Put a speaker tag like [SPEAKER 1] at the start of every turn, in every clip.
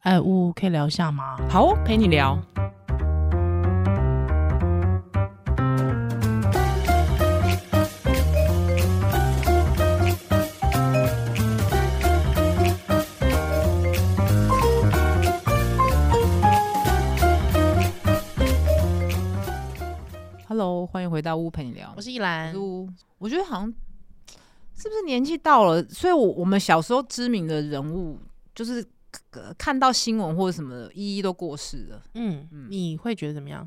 [SPEAKER 1] 哎，呜，可以聊一下吗？
[SPEAKER 2] 好哦，陪你聊。Hello，欢迎回到屋陪你聊
[SPEAKER 1] 我。是依兰，
[SPEAKER 2] 路，我觉得好像是不是年纪到了，所以我我们小时候知名的人物，就是、呃看到新闻或者什么的，一一都过世了。
[SPEAKER 1] 嗯，
[SPEAKER 2] 嗯
[SPEAKER 1] 你会觉得怎么样？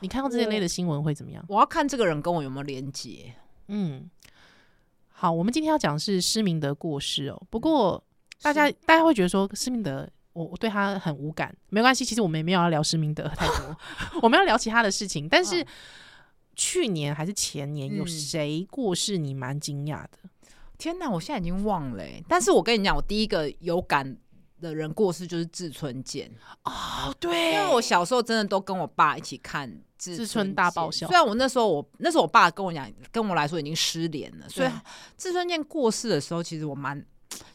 [SPEAKER 1] 你看到这一类的新闻会怎么样？
[SPEAKER 2] 我要看这个人跟我有没有连结。
[SPEAKER 1] 嗯，好，我们今天要讲的是施明德过世哦。不过大家
[SPEAKER 2] 是
[SPEAKER 1] 大家会觉得说施明德，我我对他很无感，没关系。其实我们也没有要聊施明德太 多，我们要聊其他的事情。但是
[SPEAKER 2] 嗯
[SPEAKER 1] 去年还是前年，有
[SPEAKER 2] 嗯
[SPEAKER 1] 谁过世你蛮惊讶的？
[SPEAKER 2] 天哪，我现在已经忘了欸、但是我跟你讲，我第一个有感的人过世就是志村健，
[SPEAKER 1] 哦，对
[SPEAKER 2] 因为我小时候真的都跟我爸一起看。
[SPEAKER 1] 志
[SPEAKER 2] 志
[SPEAKER 1] 村
[SPEAKER 2] 村
[SPEAKER 1] 大
[SPEAKER 2] 健
[SPEAKER 1] 爆笑
[SPEAKER 2] 虽然我那时候我那时候我爸跟我讲，跟我来说已经失联了，所以
[SPEAKER 1] 对
[SPEAKER 2] 志村健过世的时候，其实我蛮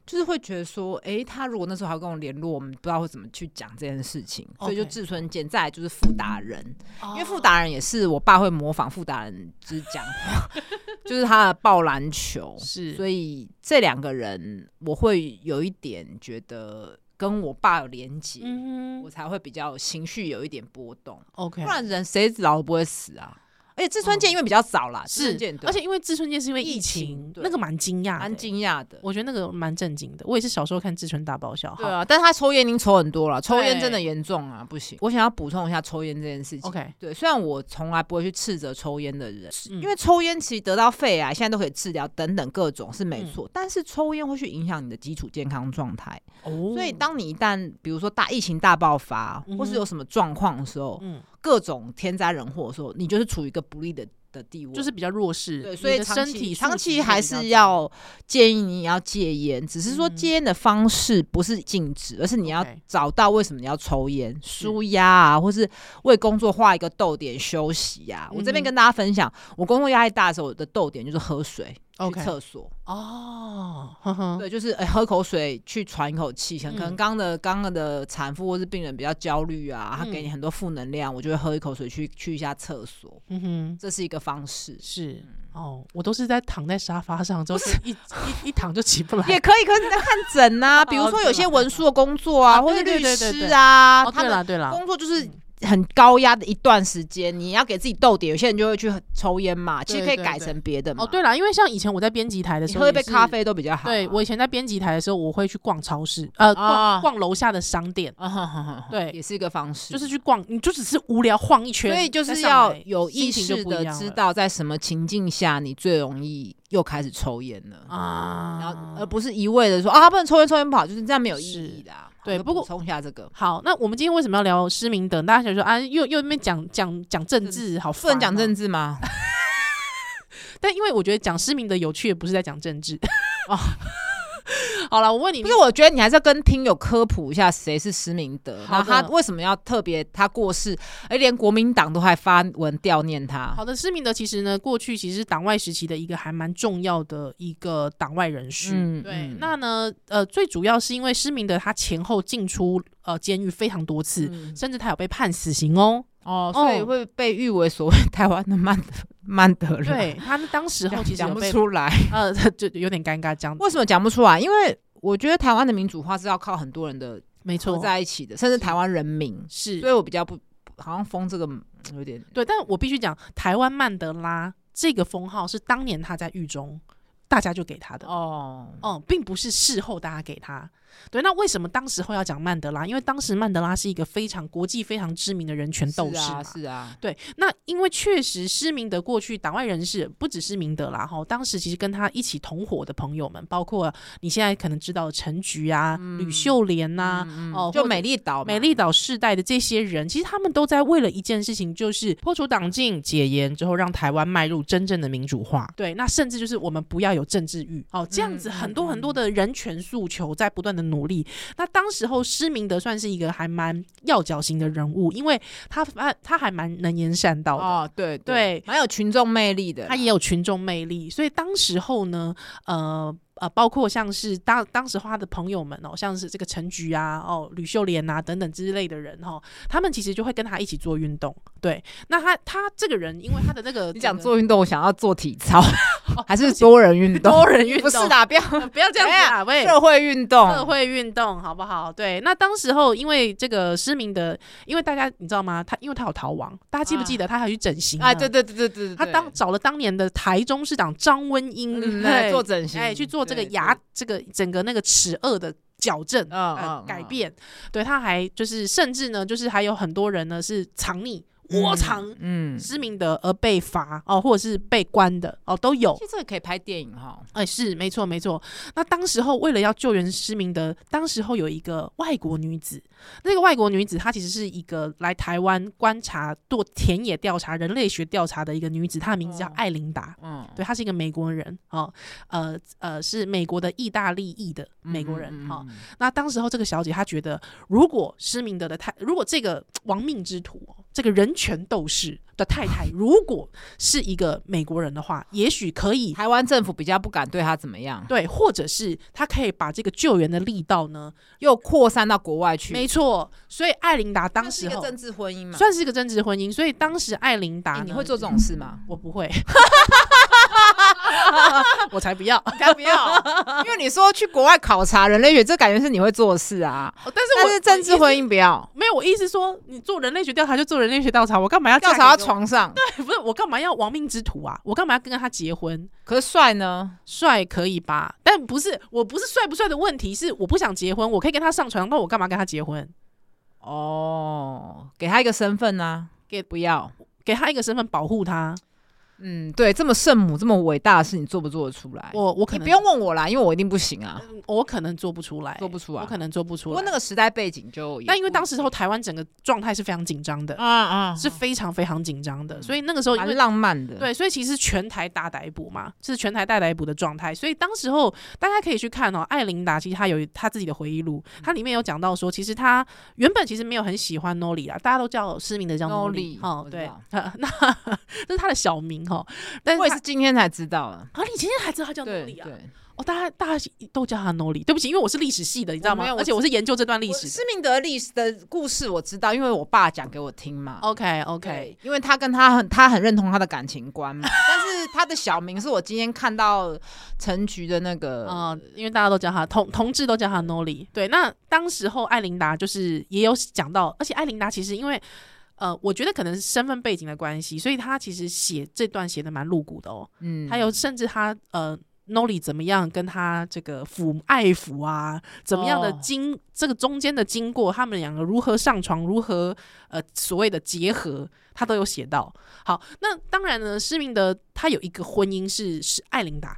[SPEAKER 2] 就是会觉得说，诶，他如果那时候还跟我联络，我们不知道会怎么去讲这件事情，所以就
[SPEAKER 1] OK 哦
[SPEAKER 2] 志村健，再来就是富达人，因
[SPEAKER 1] 因
[SPEAKER 2] 为富达人也是我爸会模仿富达人之讲话， 就是他的抱篮球，
[SPEAKER 1] 是
[SPEAKER 2] 所以这两个人我会有一点觉得跟我爸有连结，
[SPEAKER 1] 嗯
[SPEAKER 2] 我
[SPEAKER 1] 哼
[SPEAKER 2] 才会比较情绪有一点波动，
[SPEAKER 1] ，OK，
[SPEAKER 2] 不然人谁老了不会死啊？而且志村健因为比较早啦，志
[SPEAKER 1] 是
[SPEAKER 2] 村健，对
[SPEAKER 1] 而且因为志村健是因为疫
[SPEAKER 2] 疫情
[SPEAKER 1] 情，
[SPEAKER 2] 对
[SPEAKER 1] 那个蛮惊讶，
[SPEAKER 2] 蛮，惊讶的。
[SPEAKER 1] 我觉得那个蛮震惊的。我也是小时候看志村大爆笑，
[SPEAKER 2] 对
[SPEAKER 1] 好
[SPEAKER 2] 啊，但他抽烟已经抽很多了，抽烟
[SPEAKER 1] 对
[SPEAKER 2] 真的严重啊，不行。我想要补充一下抽烟这件事情。
[SPEAKER 1] ，OK，
[SPEAKER 2] 对，虽然我从来不会去斥责抽烟的人，
[SPEAKER 1] 嗯
[SPEAKER 2] 因为抽烟其实得到肺癌，现在都可以治疗等等各种是没错，但是抽烟会去影响你的基础健康状态，
[SPEAKER 1] 哦
[SPEAKER 2] 所以当你一旦比如说大疫情大爆发，
[SPEAKER 1] 嗯哼
[SPEAKER 2] 或是有什么状况的时候，
[SPEAKER 1] 嗯，
[SPEAKER 2] 各种天灾人祸的时候，你就是处于一个不利的的地位，
[SPEAKER 1] 就是比较弱势，
[SPEAKER 2] 对，
[SPEAKER 1] 你
[SPEAKER 2] 所以
[SPEAKER 1] 的
[SPEAKER 2] 长
[SPEAKER 1] 身
[SPEAKER 2] 期
[SPEAKER 1] 体
[SPEAKER 2] 长
[SPEAKER 1] 素质
[SPEAKER 2] 期
[SPEAKER 1] 会
[SPEAKER 2] 还
[SPEAKER 1] 比较
[SPEAKER 2] 是
[SPEAKER 1] 差
[SPEAKER 2] 要建议你要戒烟，只是说
[SPEAKER 1] 嗯
[SPEAKER 2] 戒烟的方式不是禁止，而是你要
[SPEAKER 1] OK
[SPEAKER 2] 找到为什么你要抽烟，舒压啊，或是为工作画一个逗点休息啊。我这边
[SPEAKER 1] 嗯哼
[SPEAKER 2] 跟大家分享，我工作压力大的时候，我的逗点就是喝水。去
[SPEAKER 1] OK
[SPEAKER 2] 厕所，
[SPEAKER 1] 哦，呵呵，
[SPEAKER 2] 对，就是、哎喝口水去喘一口气。可能
[SPEAKER 1] 嗯
[SPEAKER 2] 刚刚的刚刚的产妇或是病人比较焦虑啊，他给你
[SPEAKER 1] 嗯
[SPEAKER 2] 很多负能量，我就会喝一口水去去一下厕所，
[SPEAKER 1] 嗯哼，
[SPEAKER 2] 这是一个方式。
[SPEAKER 1] 是哦，我都是在躺在沙发上之后，就是一一一躺就起 不来哦
[SPEAKER 2] 也。可以，可是你在看诊呐、比如说有些文书的工作啊，
[SPEAKER 1] 哦
[SPEAKER 2] 或
[SPEAKER 1] 对
[SPEAKER 2] 者
[SPEAKER 1] 啦对
[SPEAKER 2] 律
[SPEAKER 1] 啦对对
[SPEAKER 2] 师啊，
[SPEAKER 1] 哦，
[SPEAKER 2] 他
[SPEAKER 1] 对
[SPEAKER 2] 们
[SPEAKER 1] 啦对啦，
[SPEAKER 2] 工作就是
[SPEAKER 1] 嗯
[SPEAKER 2] 很高压的一段时间，你要给自己逗点。有些人就会去抽烟嘛，其实可
[SPEAKER 1] 对
[SPEAKER 2] 以
[SPEAKER 1] 对
[SPEAKER 2] 改成别的嘛。
[SPEAKER 1] 哦对啦，因为像以前我在编辑台的
[SPEAKER 2] 你
[SPEAKER 1] 时候，
[SPEAKER 2] 喝一杯咖。啡都比较好啊。
[SPEAKER 1] 对我以前在编辑台的时候，我会去逛超市，呃，
[SPEAKER 2] 啊
[SPEAKER 1] 逛逛楼下的商店，
[SPEAKER 2] 啊哈哈哈，
[SPEAKER 1] 对
[SPEAKER 2] 也是一个方式，
[SPEAKER 1] 就是。去逛，你就只是无聊晃一圈，
[SPEAKER 2] 所以就是
[SPEAKER 1] 再上
[SPEAKER 2] 要
[SPEAKER 1] 来
[SPEAKER 2] 有
[SPEAKER 1] 心
[SPEAKER 2] 意
[SPEAKER 1] 情就
[SPEAKER 2] 识
[SPEAKER 1] 不一
[SPEAKER 2] 的
[SPEAKER 1] 样了
[SPEAKER 2] 知道，在什么情境下你最容易又开始抽烟了，
[SPEAKER 1] 啊，
[SPEAKER 2] 然后而不是一味的说啊不能抽烟，抽烟不好，就是这样没有意
[SPEAKER 1] 是
[SPEAKER 2] 义的啊。
[SPEAKER 1] 对
[SPEAKER 2] 我就
[SPEAKER 1] 不过
[SPEAKER 2] 补充一下这个，
[SPEAKER 1] 好，那我们今天为什么要聊施明德？大家想说啊，又又在那边讲讲讲政治，好
[SPEAKER 2] 不
[SPEAKER 1] 烦、
[SPEAKER 2] 能讲政
[SPEAKER 1] 治，
[SPEAKER 2] 治吗？
[SPEAKER 1] 但因为我觉得讲施明德有趣，也不是在讲政 治
[SPEAKER 2] 哦
[SPEAKER 1] 好了，我问你
[SPEAKER 2] 不，是，我觉得你还是要跟听友科普一下谁是施明德，
[SPEAKER 1] 好
[SPEAKER 2] 然后他
[SPEAKER 1] 的
[SPEAKER 2] 为什么要特别他过世，而连国民党都还发文悼念他。
[SPEAKER 1] 好的，施明德其实呢，过去其实是党外时期的一个还蛮重要的一个党外人士。
[SPEAKER 2] 嗯
[SPEAKER 1] 对，
[SPEAKER 2] 嗯
[SPEAKER 1] 那呢，呃，最主要是因为施明德他前后进出呃监狱非常多次，
[SPEAKER 2] 嗯
[SPEAKER 1] 甚至他有被判死刑哦。
[SPEAKER 2] 哦，所以
[SPEAKER 1] 哦
[SPEAKER 2] 会被誉为所谓台湾的曼德曼德人。
[SPEAKER 1] 对，他当时候
[SPEAKER 2] 讲，
[SPEAKER 1] 其实
[SPEAKER 2] 讲
[SPEAKER 1] 有
[SPEAKER 2] 不
[SPEAKER 1] 被
[SPEAKER 2] 出来，
[SPEAKER 1] 呃， 就就有点尴尬，讲
[SPEAKER 2] 为什么讲不出来？因为我觉得台湾的民主化是要靠很多人的
[SPEAKER 1] 没
[SPEAKER 2] 合
[SPEAKER 1] 错，
[SPEAKER 2] 在一起的，甚至台湾人民。
[SPEAKER 1] 是
[SPEAKER 2] 所以我比较不好像封这个有点
[SPEAKER 1] 对，但我必须讲，台湾曼德拉这个封号是当年他在狱中，大家就给他的。
[SPEAKER 2] 哦，
[SPEAKER 1] 嗯，并不是事后大家给他。对，那为什么当时候要讲曼德拉？因为当时曼德拉是一个非常国际、非常知名的人权斗
[SPEAKER 2] 是
[SPEAKER 1] 士
[SPEAKER 2] 啊
[SPEAKER 1] 嘛。
[SPEAKER 2] 是啊，
[SPEAKER 1] 对，那因为确实施明德过去党外人士不只是明德啦，哈，当时其实跟他一起同伙的朋友们，包括你现在可能知道的陈菊啊、吕秀莲呐、
[SPEAKER 2] 嗯
[SPEAKER 1] 哦
[SPEAKER 2] 就
[SPEAKER 1] 或者
[SPEAKER 2] 美丽岛嘛，
[SPEAKER 1] 美丽岛世代的这些人，其实他们都在为了一件事情，就是破除党禁、解严之后，让台湾迈入真正的民主化。对，那甚至就是我们不要有政治欲哦，这样子
[SPEAKER 2] 嗯
[SPEAKER 1] 很多
[SPEAKER 2] 嗯
[SPEAKER 1] 很多的人权诉求在不断的努力。那当时候施明德算是一个还蛮要角型的人物，因为他他他还蛮能言善道的。
[SPEAKER 2] 哦，对
[SPEAKER 1] 对
[SPEAKER 2] 蛮有群众魅力的啦。
[SPEAKER 1] 他也有群众魅力，所以当时候呢，呃，呃，包括像是当当时他的朋友们哦，像是这个陈菊啊、哦吕秀莲啊等等之类的人哦，他们其实就会跟他一起做运动。对，那他他这个人，因为他的那个
[SPEAKER 2] 你讲
[SPEAKER 1] 整个
[SPEAKER 2] 做运动，我想要做体操，
[SPEAKER 1] 哦
[SPEAKER 2] 还是多人运动？
[SPEAKER 1] 多人运动，
[SPEAKER 2] 不是的，不要
[SPEAKER 1] 呃不要这样
[SPEAKER 2] 哎
[SPEAKER 1] 子啊，喂，
[SPEAKER 2] 社会运动，
[SPEAKER 1] 社会运动好不好？对，那当时候因为这个失明的，因为大家你知道吗？他因为他有逃亡，大家记不记得他还去整形
[SPEAKER 2] 啊，
[SPEAKER 1] 呢
[SPEAKER 2] 对对对对对，对
[SPEAKER 1] 他当找了当年的台中市长张温英，
[SPEAKER 2] 嗯
[SPEAKER 1] 对
[SPEAKER 2] 来做整形，
[SPEAKER 1] 哎去做这个
[SPEAKER 2] 嗯对
[SPEAKER 1] 牙，这个整个那个齿颚的矫正。
[SPEAKER 2] 对嗯
[SPEAKER 1] 呃
[SPEAKER 2] 嗯，
[SPEAKER 1] 改
[SPEAKER 2] 嗯
[SPEAKER 1] 变，对，他还就是甚至呢，就是还有很多人呢是藏匿、窝藏
[SPEAKER 2] 嗯，
[SPEAKER 1] 失明的而被罚哦，或者是被关的哦，都 有。
[SPEAKER 2] 其实这个可以拍电影哈，
[SPEAKER 1] 哎、是没错没错。那当时候为了要救援失明的，当时候有一个外国女子，那个外国女子她其实是一个来台湾观察做田野调查、人类学调查的一个女子，她的名字叫
[SPEAKER 2] 哦
[SPEAKER 1] 艾琳达。
[SPEAKER 2] 嗯，
[SPEAKER 1] 对，她是一个美国人哦，呃呃，是美国的意大利裔的美国人
[SPEAKER 2] 嗯
[SPEAKER 1] 哦。，
[SPEAKER 2] 嗯嗯嗯
[SPEAKER 1] 那当时候这个小姐她觉得，如果施明德的太，如果这个亡命之徒哦，这个人权斗士的太太，如果是一个美国人的话，也许可以
[SPEAKER 2] 台湾政府比较不敢对他怎么样，
[SPEAKER 1] 对，或者是她可以把这个救援的力道呢，
[SPEAKER 2] 又扩散到国外去，
[SPEAKER 1] 没错。所以艾琳达当
[SPEAKER 2] 那是
[SPEAKER 1] 时
[SPEAKER 2] 一个
[SPEAKER 1] 候
[SPEAKER 2] 政治婚姻嘛，
[SPEAKER 1] 算是一个政治婚姻，所以当时艾琳达、
[SPEAKER 2] 哎你会做？这种事吗？
[SPEAKER 1] 我不会。 我才不要！
[SPEAKER 2] 才 不 要，因为你说去国外考察人类学，这感觉是你会做的事啊。
[SPEAKER 1] 但是我
[SPEAKER 2] 但是政治
[SPEAKER 1] 我意
[SPEAKER 2] 婚姻不要，
[SPEAKER 1] 没有，我意思说，你做人类学调查就做人类学调查，我干嘛要
[SPEAKER 2] 调
[SPEAKER 1] 嫁
[SPEAKER 2] 查到
[SPEAKER 1] 给一个
[SPEAKER 2] 床上。
[SPEAKER 1] 不是我干嘛要亡命之徒啊？我干嘛要跟他结婚？
[SPEAKER 2] 可是帅呢？
[SPEAKER 1] 帅可以吧？但不是，我不是帅不帅的问题，是我不想结婚。我可以跟他上床，那我干嘛跟他结婚？
[SPEAKER 2] 哦，给他一个身份啊，
[SPEAKER 1] 给
[SPEAKER 2] 不要。
[SPEAKER 1] 给他一个身份保护他。
[SPEAKER 2] 嗯，对，这么圣母这么伟大的事，你做不做得出来？
[SPEAKER 1] 我我可
[SPEAKER 2] 哎
[SPEAKER 1] 能
[SPEAKER 2] 你不用问我啦，因为我一定不行啊，
[SPEAKER 1] 嗯我可能做不出来，
[SPEAKER 2] 做不出来
[SPEAKER 1] 我可能做不
[SPEAKER 2] 不
[SPEAKER 1] 出
[SPEAKER 2] 过
[SPEAKER 1] 来。
[SPEAKER 2] 那个时代背景就也不，
[SPEAKER 1] 那因为当时候台湾整个状态是非常紧张的，
[SPEAKER 2] 啊啊
[SPEAKER 1] 是非常非常紧张
[SPEAKER 2] 嗯
[SPEAKER 1] 的，所以那个时候因为
[SPEAKER 2] 蛮浪漫的，，
[SPEAKER 1] 对，所以其实全台大逮捕嘛，是全台大逮捕的状态。所以当时候大家可以去看哦，艾琳达其实她有她自己的回忆录，
[SPEAKER 2] 嗯
[SPEAKER 1] 她里面有讲到说，其实她原本其实没有很喜欢 Nolly 啦，大家都叫失明的叫
[SPEAKER 2] Nolly，
[SPEAKER 1] 哦
[SPEAKER 2] 我，知
[SPEAKER 1] 对
[SPEAKER 2] 道，
[SPEAKER 1] 呃那这是她的小名哦，但
[SPEAKER 2] 我
[SPEAKER 1] 是
[SPEAKER 2] 啊也是
[SPEAKER 1] 她。
[SPEAKER 2] 今天才知道的。
[SPEAKER 1] 啊！你今天还知道她叫
[SPEAKER 2] 对
[SPEAKER 1] Nolly 啊？
[SPEAKER 2] 对，
[SPEAKER 1] 哦，大家大家都叫她 Nolly。对不起，因为我是历史系的，你知道
[SPEAKER 2] 我
[SPEAKER 1] 吗
[SPEAKER 2] 没有？
[SPEAKER 1] 而且我是研究这段历史的。
[SPEAKER 2] 施明德历史的故事我知道，因为我爸讲给我听嘛。
[SPEAKER 1] OK OK，
[SPEAKER 2] 对，因为他跟他很他很认同他的感情观 嘛，但是他的小名是我今天看到陈菊的那个，
[SPEAKER 1] 嗯、因为大家都叫他同同志都叫他 Nolly。对，那当时候艾琳达就是也有讲到，而且艾琳达其实因为呃，我觉得可能是身份背景的关系，所以她其实写这段写的蛮露骨的哦。
[SPEAKER 2] 嗯，
[SPEAKER 1] 还有甚至她呃。Nolly 怎么样跟她这个抚爱抚啊，怎么样的
[SPEAKER 2] 哦
[SPEAKER 1] 经、这个中间的经过，他们两个如何上床，如何呃所谓的结合，她都有写到。好，那当然呢，施明德他有一个婚姻是是艾琳达，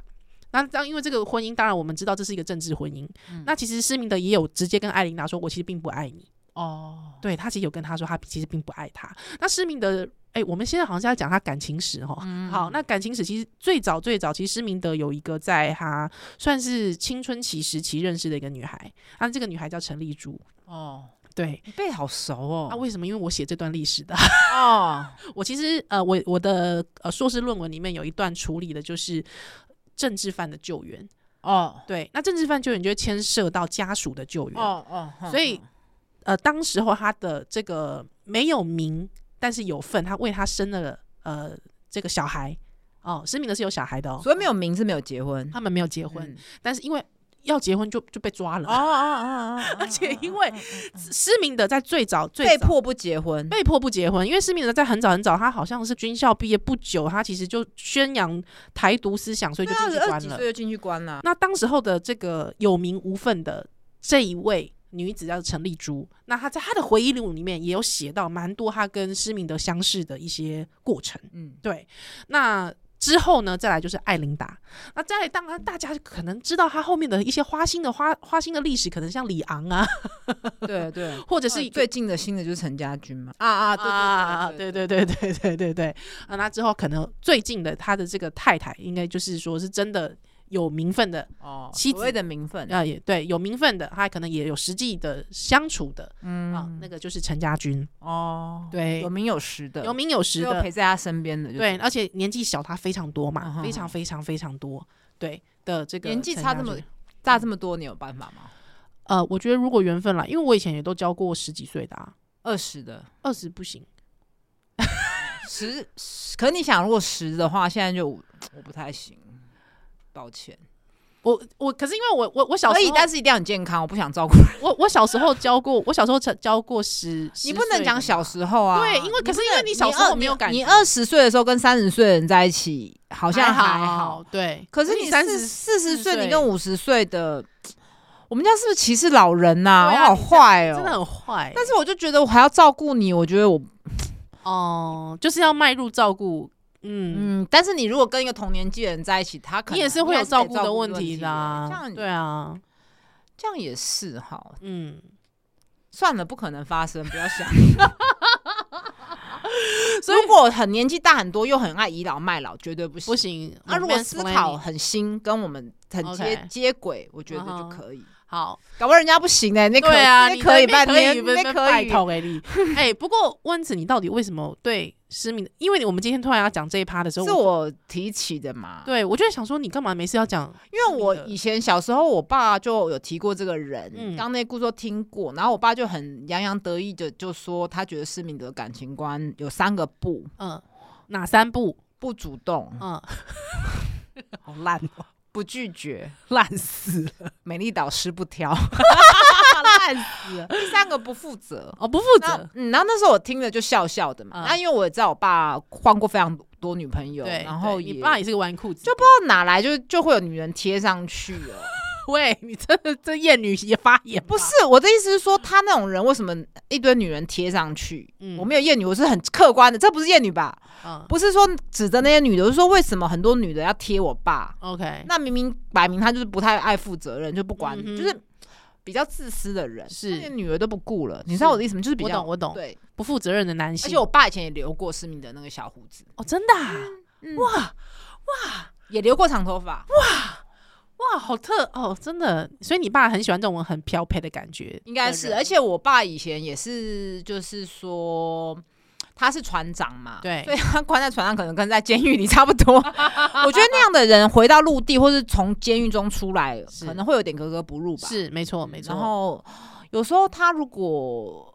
[SPEAKER 1] 那当因为这个婚姻，当然我们知道这是一个政治婚姻。
[SPEAKER 2] 嗯
[SPEAKER 1] 那其实施明德也有直接跟艾琳达说：“我其实并不爱你。
[SPEAKER 2] 哦，
[SPEAKER 1] 对他其实有跟他说，他其实并不爱他。那施明德，哎、我们现在好像是要讲他感情史哦哈。
[SPEAKER 2] 嗯
[SPEAKER 1] 好，那感情史其实最早最早，其实施明德有一个在他算是青春期时期认识的一个女孩，那这个女孩叫陈丽珠。
[SPEAKER 2] 哦，
[SPEAKER 1] 对，
[SPEAKER 2] 你背好熟
[SPEAKER 1] 那、
[SPEAKER 2] 哦，
[SPEAKER 1] 为什么？因为我写这段历史的，
[SPEAKER 2] 哦，
[SPEAKER 1] 我其实呃，我我的呃硕士论文里面有一段处理的就是政治犯的救援。
[SPEAKER 2] 哦，
[SPEAKER 1] 对，那政治犯救援就会牵涉到家属的救援。
[SPEAKER 2] 哦哦，哼
[SPEAKER 1] 所以呃，当时候他的这个没有名，但是有份，他为他生了呃这个小孩哦，施明德是有小孩的哦，
[SPEAKER 2] 所以没有名字没有结婚，
[SPEAKER 1] 他们没有结婚，
[SPEAKER 2] 嗯
[SPEAKER 1] 但是因为要结婚就就被抓了，嗯
[SPEAKER 2] 哦哦哦哦，
[SPEAKER 1] 而且因为施明德在最早最
[SPEAKER 2] 被
[SPEAKER 1] 早
[SPEAKER 2] 迫不结婚，
[SPEAKER 1] 被迫不结婚，因为施明德在很早很早，他好像是军校毕业不久，他其实就宣扬台独思想，所以就进去
[SPEAKER 2] 啊二十
[SPEAKER 1] 关
[SPEAKER 2] 几
[SPEAKER 1] 了
[SPEAKER 2] 岁。就进去关了，
[SPEAKER 1] 那当时候的这个有名无分的这一位女子叫陈丽珠，那她在她的回忆录里面也有写到蛮多她跟施明德相识的一些过程。
[SPEAKER 2] 嗯，
[SPEAKER 1] 对，那之后呢，再来就是艾琳达。那再来，当然大家可能知道她后面的一些花心的花花心的历史，可能像李昂啊，
[SPEAKER 2] 对 对。
[SPEAKER 1] 或者
[SPEAKER 2] 就是
[SPEAKER 1] 一个
[SPEAKER 2] 啊最近的新的就是陈家军嘛，啊
[SPEAKER 1] 啊
[SPEAKER 2] 啊，，对
[SPEAKER 1] 对对对对对对对啊！那之后可能最近的他的这个太太，应该就是说是真的有名分的
[SPEAKER 2] 哦，
[SPEAKER 1] 妻
[SPEAKER 2] 所
[SPEAKER 1] 子
[SPEAKER 2] 谓的名分，
[SPEAKER 1] 啊，也对，有名分的，他可能也有实际的相处的，嗯啊，那个就是陈家军，
[SPEAKER 2] 哦，
[SPEAKER 1] 对
[SPEAKER 2] 有名有实的，
[SPEAKER 1] 有名有实
[SPEAKER 2] 只有
[SPEAKER 1] 的
[SPEAKER 2] 陪，在他身边的，
[SPEAKER 1] 对，，而且年纪小他非常多嘛，
[SPEAKER 2] 嗯哼
[SPEAKER 1] 非常非常非常多，对。的这个
[SPEAKER 2] 年纪
[SPEAKER 1] 陈
[SPEAKER 2] 差
[SPEAKER 1] 家
[SPEAKER 2] 这么
[SPEAKER 1] 俊
[SPEAKER 2] 大这么多，你有办法吗？
[SPEAKER 1] 呃，我觉得如果缘分来，因为我以前也都教过十几岁的、啊，
[SPEAKER 2] 二十的
[SPEAKER 1] 二十不行。
[SPEAKER 2] 十，十可你想，如果十的话，现在就五我不太行，抱歉。
[SPEAKER 1] 我我可是因为我我我小
[SPEAKER 2] 可
[SPEAKER 1] 时
[SPEAKER 2] 以，
[SPEAKER 1] 候，
[SPEAKER 2] 但是一定要很健康，我不想照顾人。
[SPEAKER 1] 我我小时候教过，我小时候教教过十，
[SPEAKER 2] 你
[SPEAKER 1] 10
[SPEAKER 2] 不能
[SPEAKER 1] 岁
[SPEAKER 2] 讲
[SPEAKER 1] 的
[SPEAKER 2] 小
[SPEAKER 1] 嘛
[SPEAKER 2] 时候啊，
[SPEAKER 1] 对因为可是
[SPEAKER 2] 不
[SPEAKER 1] 因为
[SPEAKER 2] 能
[SPEAKER 1] 你小时候
[SPEAKER 2] 二
[SPEAKER 1] 没有感
[SPEAKER 2] 你
[SPEAKER 1] 觉
[SPEAKER 2] 二十岁的时候跟三十岁的人在一起，好
[SPEAKER 1] 好
[SPEAKER 2] 像还
[SPEAKER 1] 好，对。
[SPEAKER 2] 可是你
[SPEAKER 1] 三
[SPEAKER 2] 四
[SPEAKER 1] 十，
[SPEAKER 2] 四十岁，
[SPEAKER 1] 岁
[SPEAKER 2] 你跟五十岁的，我们家是不是歧视老人呐、
[SPEAKER 1] 对
[SPEAKER 2] 我
[SPEAKER 1] 啊
[SPEAKER 2] 好
[SPEAKER 1] 你这样
[SPEAKER 2] 坏哦、
[SPEAKER 1] 真的很坏。
[SPEAKER 2] 但是我就觉得我还要照顾你，我觉得我
[SPEAKER 1] 哦、就是要迈入照顾，嗯，
[SPEAKER 2] 嗯，但是你如果跟一个同年纪的人在一起，他可能
[SPEAKER 1] 你也是会有
[SPEAKER 2] 应该得
[SPEAKER 1] 照
[SPEAKER 2] 顾
[SPEAKER 1] 的问
[SPEAKER 2] 题
[SPEAKER 1] 的、
[SPEAKER 2] 这
[SPEAKER 1] 啊
[SPEAKER 2] 样，
[SPEAKER 1] 对啊，
[SPEAKER 2] 这样也是哈，
[SPEAKER 1] 嗯，
[SPEAKER 2] 算了，不可能发生，不 要想。如果很年纪大很多，又很爱倚老卖老，绝对不行。
[SPEAKER 1] 不行。
[SPEAKER 2] 啊，如果
[SPEAKER 1] romance
[SPEAKER 2] 思考
[SPEAKER 1] planning
[SPEAKER 2] 很新，跟我们很接
[SPEAKER 1] OK
[SPEAKER 2] 接轨，我觉得就
[SPEAKER 1] 嗯哼
[SPEAKER 2] 可以。
[SPEAKER 1] 好，
[SPEAKER 2] 搞不好人家不行呢、那可
[SPEAKER 1] 对啊，
[SPEAKER 2] 那
[SPEAKER 1] 你
[SPEAKER 2] 可以
[SPEAKER 1] 那
[SPEAKER 2] 半
[SPEAKER 1] 可以
[SPEAKER 2] 年，
[SPEAKER 1] 不是
[SPEAKER 2] 那可
[SPEAKER 1] 拜
[SPEAKER 2] 以。
[SPEAKER 1] 托给你。 哎，不过温子，你到底为什么对失明？因为我们今天突然要讲这一趴的时候，
[SPEAKER 2] 是我提起的嘛？，
[SPEAKER 1] 对我就在想说，你干嘛没事要讲？
[SPEAKER 2] 因为我
[SPEAKER 1] 是你的
[SPEAKER 2] 以前小时候，我爸就有提过这个人，
[SPEAKER 1] 嗯
[SPEAKER 2] 刚内故说听过，然后我爸就很洋洋得意的就说，他觉得施明德感情观有三个不：
[SPEAKER 1] 嗯，哪三步？
[SPEAKER 2] 不主动、
[SPEAKER 1] 嗯，
[SPEAKER 2] 好烂哦，不拒绝、
[SPEAKER 1] 烂死了！
[SPEAKER 2] 美丽导师不挑， 烂死了；第三个不负 责。
[SPEAKER 1] 哦，不负
[SPEAKER 2] 那
[SPEAKER 1] 责。
[SPEAKER 2] 嗯，然后那时候我听了就笑笑的嘛。
[SPEAKER 1] 嗯
[SPEAKER 2] 那、因为我也知道我爸换过非常多女朋友，
[SPEAKER 1] 对，
[SPEAKER 2] 然后
[SPEAKER 1] 对
[SPEAKER 2] 也
[SPEAKER 1] 你爸也是个纨绔子，就不
[SPEAKER 2] 不知道 哪来就就会有女人贴上去了。
[SPEAKER 1] 嗯会。你这这艳女也发言吧，
[SPEAKER 2] 不是我的意思是说，他那种人为什么一堆女人贴上去？
[SPEAKER 1] 嗯
[SPEAKER 2] 我没有厌女，我是很客观的，这不是厌女吧？
[SPEAKER 1] 嗯
[SPEAKER 2] 不是说指着那些女的，我是说为什么很多女的要贴我爸？
[SPEAKER 1] ，OK，
[SPEAKER 2] 那明明摆明他就是不太爱负责任，就不管，
[SPEAKER 1] 嗯哼
[SPEAKER 2] 就是比较自私的人，
[SPEAKER 1] 是
[SPEAKER 2] 那些女儿都不顾了。你知道我的意思吗？就是比
[SPEAKER 1] 我
[SPEAKER 2] 较
[SPEAKER 1] 懂，我懂。
[SPEAKER 2] 对，
[SPEAKER 1] 不负责任的男性，
[SPEAKER 2] 而且我爸以前也留过思明的那个小胡子，
[SPEAKER 1] 哦，真的、啊
[SPEAKER 2] 嗯哇哇，也留过长头发，
[SPEAKER 1] 哇，好特哦，真的。所以你爸很喜欢这种很漂配的感觉，
[SPEAKER 2] 应该
[SPEAKER 1] 的
[SPEAKER 2] 是，
[SPEAKER 1] 人
[SPEAKER 2] 而且我爸以前也是，就是说他是船长嘛，
[SPEAKER 1] 对
[SPEAKER 2] 所以他关在船上可能跟在监狱里差不多。我觉得那样的人回到陆地，或是从监狱中出来，
[SPEAKER 1] 是
[SPEAKER 2] 可能会有点格格不入吧。
[SPEAKER 1] 是没错没错。
[SPEAKER 2] 然后有时候他如果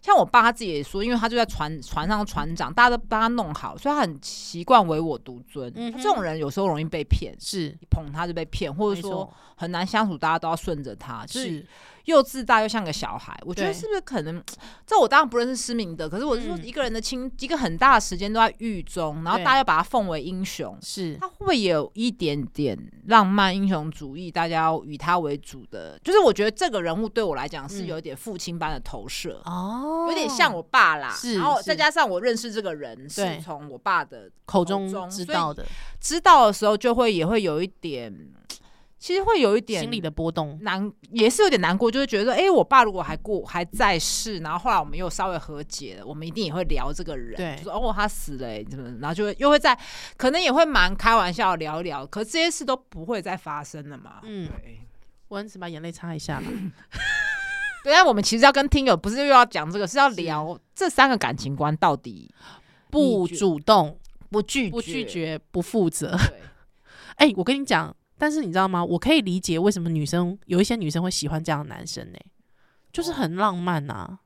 [SPEAKER 2] 像我爸他自己也说，因为他就在船船上船长，大家都帮他弄好，所以他很习惯唯我独尊。
[SPEAKER 1] 嗯
[SPEAKER 2] 他
[SPEAKER 1] 哼
[SPEAKER 2] 这种人有时候容易被骗，
[SPEAKER 1] 是
[SPEAKER 2] 你捧他就被骗，或
[SPEAKER 1] 没
[SPEAKER 2] 者说
[SPEAKER 1] 错
[SPEAKER 2] 很难相处，大家都要顺着他，就是
[SPEAKER 1] 是
[SPEAKER 2] 又自大又像个小孩，我觉得
[SPEAKER 1] 对
[SPEAKER 2] 是不是可能？这我当然不认识施明德，可是我是说
[SPEAKER 1] 嗯
[SPEAKER 2] 一个人的亲，一个很大的时间都在狱中，然后
[SPEAKER 1] 对
[SPEAKER 2] 大家又把他奉为英雄，
[SPEAKER 1] 是
[SPEAKER 2] 他会不会也有一点点浪漫英雄主义？大家要以他为主的，就是我觉得这个人物对我来讲是
[SPEAKER 1] 嗯
[SPEAKER 2] 有一点父亲般的投射，
[SPEAKER 1] 哦
[SPEAKER 2] 有点像我爸啦。
[SPEAKER 1] 是
[SPEAKER 2] 然后再
[SPEAKER 1] 是
[SPEAKER 2] 加上我认识这个人是
[SPEAKER 1] 对
[SPEAKER 2] 从我爸的
[SPEAKER 1] 口
[SPEAKER 2] 中
[SPEAKER 1] 中知
[SPEAKER 2] 所以
[SPEAKER 1] 道的
[SPEAKER 2] 知道的时候，就会也会有一点，其实会有一点
[SPEAKER 1] 心理的波动，
[SPEAKER 2] 难也是有点难过，就是觉得，哎、我爸如果还过还在世，然后后来我们又稍微和解了，我们一定也会聊这个人，
[SPEAKER 1] 对
[SPEAKER 2] 就说哦他死了、欸，怎么，然后就会又会在，可能也会蛮开玩笑聊一聊，可这些事都不会再发生了嘛。
[SPEAKER 1] 嗯
[SPEAKER 2] 对，
[SPEAKER 1] 我因此把眼泪擦一下啦。
[SPEAKER 2] 对，但我们其实要跟听友不是又要讲这个，是要聊这三个感情观到底
[SPEAKER 1] 不
[SPEAKER 2] 拒
[SPEAKER 1] 主动，
[SPEAKER 2] 不拒
[SPEAKER 1] 不拒，绝，不负责。
[SPEAKER 2] 对，
[SPEAKER 1] 哎、我跟你讲，但是你知道吗？我可以理解为什么女生有一些女生会喜欢这样的男生呢、就是很浪漫啊。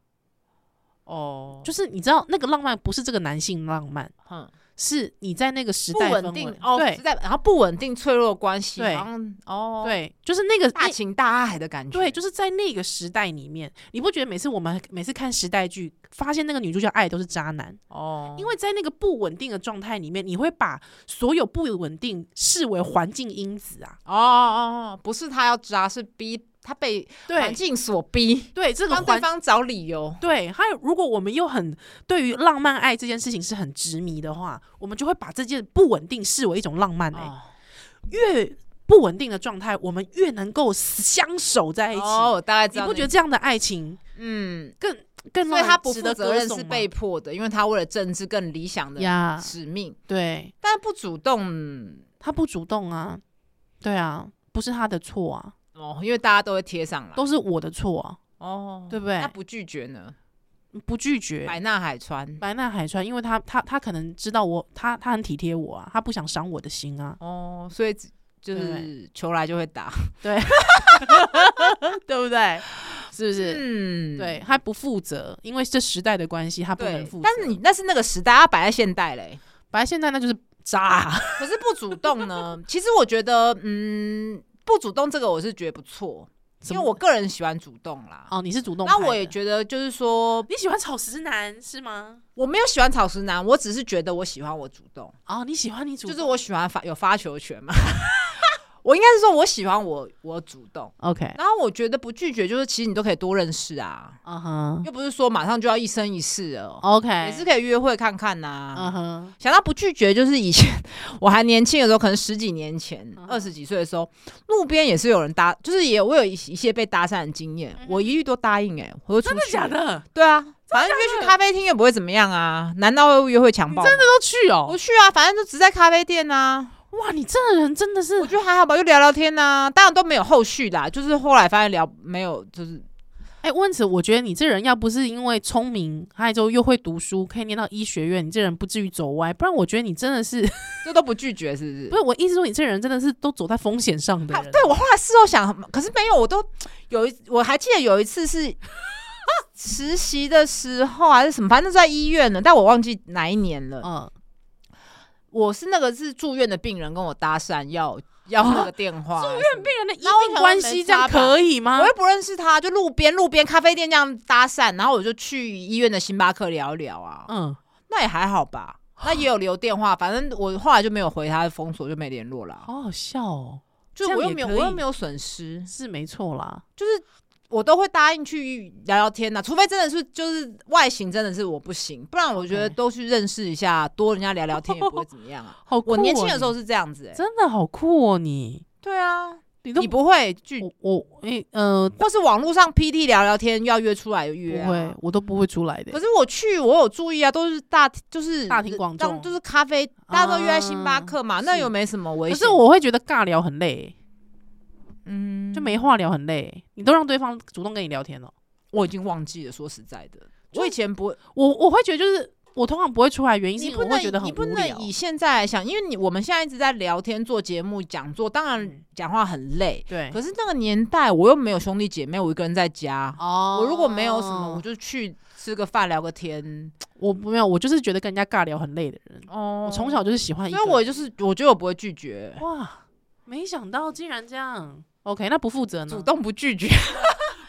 [SPEAKER 2] 哦，
[SPEAKER 1] 就是你知道那个浪漫不是这个男性浪漫，
[SPEAKER 2] 哼
[SPEAKER 1] 是你在那个时
[SPEAKER 2] 不
[SPEAKER 1] 代氛
[SPEAKER 2] 稳
[SPEAKER 1] 围
[SPEAKER 2] 定哦，
[SPEAKER 1] 对
[SPEAKER 2] 实在然后不稳定脆弱的关系，
[SPEAKER 1] 对
[SPEAKER 2] 好像哦，，
[SPEAKER 1] 对，就是那个
[SPEAKER 2] 大
[SPEAKER 1] 那
[SPEAKER 2] 情大爱的感觉，
[SPEAKER 1] 对，就是在那个时代里面，你不觉得每次我们每次看时代剧，发现那个女主角爱的都是渣男，
[SPEAKER 2] 哦，
[SPEAKER 1] 因为在那个不稳定的状态里面，你会把所有不稳定视为环境因子啊。
[SPEAKER 2] 哦哦哦，不是他要渣，是逼他被环
[SPEAKER 1] 对
[SPEAKER 2] 境所逼，
[SPEAKER 1] 对，这个
[SPEAKER 2] 帮对
[SPEAKER 1] 环
[SPEAKER 2] 方找理由。
[SPEAKER 1] 对，还有如果我们又很对于浪漫爱这件事情是很执迷的话，我们就会把这件不稳定视为一种浪漫哎、
[SPEAKER 2] 哦，
[SPEAKER 1] 越不稳定的状态，我们越能够相守在一起。
[SPEAKER 2] 哦我大概知
[SPEAKER 1] 你
[SPEAKER 2] 道，
[SPEAKER 1] 不觉得？这样的爱情
[SPEAKER 2] 嗯，
[SPEAKER 1] 更
[SPEAKER 2] 所
[SPEAKER 1] 让
[SPEAKER 2] 以
[SPEAKER 1] 人
[SPEAKER 2] 他不
[SPEAKER 1] 值
[SPEAKER 2] 负
[SPEAKER 1] 得
[SPEAKER 2] 责
[SPEAKER 1] 歌
[SPEAKER 2] 任
[SPEAKER 1] 颂
[SPEAKER 2] 是
[SPEAKER 1] 吗
[SPEAKER 2] 被迫的，因为他为了政治更理想的
[SPEAKER 1] 呀
[SPEAKER 2] 使命，
[SPEAKER 1] 对
[SPEAKER 2] 但不主动
[SPEAKER 1] 他不主动啊，对啊，不是他的错啊，
[SPEAKER 2] 哦，因为大家都会贴上来。
[SPEAKER 1] 都是我的错啊，
[SPEAKER 2] 哦，
[SPEAKER 1] 对不对
[SPEAKER 2] 那不拒绝呢？
[SPEAKER 1] 不拒绝。
[SPEAKER 2] 百纳海川。
[SPEAKER 1] 白奈海川，因为 他他他可能知道我，他他很体贴我啊，他不想伤我的心啊，
[SPEAKER 2] 哦，所以只就
[SPEAKER 1] 对
[SPEAKER 2] 是球来就会打，
[SPEAKER 1] 对不对？是不是？
[SPEAKER 2] 嗯，
[SPEAKER 1] 对，他不负责，因为这时代的关系，他不能
[SPEAKER 2] 对
[SPEAKER 1] 负责。，
[SPEAKER 2] 但是你那是那个时代，它摆在现代嘞、
[SPEAKER 1] 本来现在那就是渣，啊
[SPEAKER 2] 可是不主动呢？其实我觉得，嗯，不主动这个我是觉得不错，
[SPEAKER 1] 怎
[SPEAKER 2] 因为
[SPEAKER 1] 么
[SPEAKER 2] 我个人喜欢主动啦。
[SPEAKER 1] 哦，你是主动派
[SPEAKER 2] 那
[SPEAKER 1] 的。
[SPEAKER 2] 我也觉得，就是说，
[SPEAKER 1] 你喜欢草食男是吗？
[SPEAKER 2] 我没有喜欢草食男，我只是觉得我喜欢我主动，
[SPEAKER 1] 哦，你喜欢你主
[SPEAKER 2] 就
[SPEAKER 1] 动，
[SPEAKER 2] 是我喜欢发有发球权嘛。 我应该是说，我喜欢我我主动，
[SPEAKER 1] OK，
[SPEAKER 2] 然后我觉得不拒绝，就是其实你都可以多认识啊，
[SPEAKER 1] 嗯哼
[SPEAKER 2] 又不是说马上就要一生一世了，
[SPEAKER 1] ，OK，
[SPEAKER 2] 也是可以约会看看呐、
[SPEAKER 1] 哦哎嗯哼，
[SPEAKER 2] 想到不拒绝，就是以前我还年轻的时候，可能十几年前
[SPEAKER 1] 嗯，
[SPEAKER 2] 二十几岁的时候，路边也是有人搭，就是也我有一一些被搭讪的经验
[SPEAKER 1] 嗯哼，
[SPEAKER 2] 我一律都答应哎、我就
[SPEAKER 1] 真
[SPEAKER 2] 出
[SPEAKER 1] 的
[SPEAKER 2] 去
[SPEAKER 1] 假？的？
[SPEAKER 2] 对啊，反正约去咖啡厅也不会怎么样啊，难道会约会强暴吗？
[SPEAKER 1] 真的都去哦
[SPEAKER 2] 不？去啊，反正就只在咖啡店啊，
[SPEAKER 1] 哇，你这个人真的是
[SPEAKER 2] 我觉得还好吧，就聊聊天啊，当然都没有后续啦，就是后来发现聊没有，就是
[SPEAKER 1] 哎，温子，我觉得你这人要不是因为聪明，还有就又会读书，可以念到医学院，你这人不至于走歪。不然我觉得你真的是，
[SPEAKER 2] 这都不拒绝，是不是
[SPEAKER 1] 不？是我意思说你这人真的是都走在风险上的
[SPEAKER 2] 啊
[SPEAKER 1] 人。
[SPEAKER 2] 对我后来事后想，可是没有，我都有一，我还记得有一次是 实习的时候还是什么，反正在医院呢，但我忘记哪一年了。
[SPEAKER 1] 嗯，
[SPEAKER 2] 我是那个是住院的病人跟我搭讪，要要那个电 话、住院病
[SPEAKER 1] 病人的医
[SPEAKER 2] 那我
[SPEAKER 1] 病
[SPEAKER 2] 想
[SPEAKER 1] 关
[SPEAKER 2] 说
[SPEAKER 1] 系
[SPEAKER 2] 没
[SPEAKER 1] 这样
[SPEAKER 2] 差吧
[SPEAKER 1] 可以吗
[SPEAKER 2] 我？又不认识他，就路边路边咖啡店这样搭讪，然后我就去医院的星巴克聊一聊啊，
[SPEAKER 1] 嗯，
[SPEAKER 2] 那也还好吧。那也有留电话，反正我后来就没有回他，封锁就没联络了。啊
[SPEAKER 1] 好好笑哦，
[SPEAKER 2] 就
[SPEAKER 1] 这样
[SPEAKER 2] 我又
[SPEAKER 1] 也
[SPEAKER 2] 没有，
[SPEAKER 1] 可
[SPEAKER 2] 我又
[SPEAKER 1] 以
[SPEAKER 2] 没有损失。
[SPEAKER 1] 是没错啦。
[SPEAKER 2] 就是我都会答应去聊聊天呐、除非真的是就是外形真的是我不行，不然我觉得
[SPEAKER 1] OK。
[SPEAKER 2] 都去认识一下，多人家聊聊天也不会怎么样啊
[SPEAKER 1] 好酷、哦
[SPEAKER 2] 我年轻的时候
[SPEAKER 1] 你
[SPEAKER 2] 是这样子、欸，
[SPEAKER 1] 真的好酷哦，你
[SPEAKER 2] 对啊，
[SPEAKER 1] 你都
[SPEAKER 2] 你不会拒，
[SPEAKER 1] 我我诶、呃
[SPEAKER 2] 或是网络上 PT 聊聊天要约出来约、啊
[SPEAKER 1] 不会，。我都不会出来的
[SPEAKER 2] 可。是我去，我有注意啊，都是大就是
[SPEAKER 1] 大庭广众
[SPEAKER 2] 当就是咖啡，大家都约在星巴克嘛，
[SPEAKER 1] 啊
[SPEAKER 2] 那
[SPEAKER 1] 是
[SPEAKER 2] 又没什么危
[SPEAKER 1] 可
[SPEAKER 2] 险。
[SPEAKER 1] 是我会觉得尬聊很累，
[SPEAKER 2] 嗯，
[SPEAKER 1] 就没话聊很累。你都让对方主动跟你聊天哦了，
[SPEAKER 2] 我已经忘记了，说实在的，
[SPEAKER 1] 就
[SPEAKER 2] 我以前不
[SPEAKER 1] 我我会觉得就是我通常不会出来，原因是
[SPEAKER 2] 你
[SPEAKER 1] 因
[SPEAKER 2] 不
[SPEAKER 1] 为我
[SPEAKER 2] 能
[SPEAKER 1] 会觉得很
[SPEAKER 2] 你不
[SPEAKER 1] 无
[SPEAKER 2] 能
[SPEAKER 1] 聊。
[SPEAKER 2] 以现在来想，因为你我们现在一直在聊天、做节目、讲座，当然
[SPEAKER 1] 嗯
[SPEAKER 2] 讲话很累。
[SPEAKER 1] 对，
[SPEAKER 2] 可是那个年代，我又没有兄弟姐妹，我一个人在家。
[SPEAKER 1] 哦
[SPEAKER 2] 我如果没有什么，我就去吃个饭、聊个天。
[SPEAKER 1] 我不没有，我就是觉得跟人家尬聊很累的人。
[SPEAKER 2] 哦
[SPEAKER 1] 我从，小就是喜欢一个
[SPEAKER 2] 所
[SPEAKER 1] 人，
[SPEAKER 2] 以我就是我觉得我不会拒绝，
[SPEAKER 1] 哇，没想到竟然这样。OK，那不负责呢？
[SPEAKER 2] 主动不拒绝。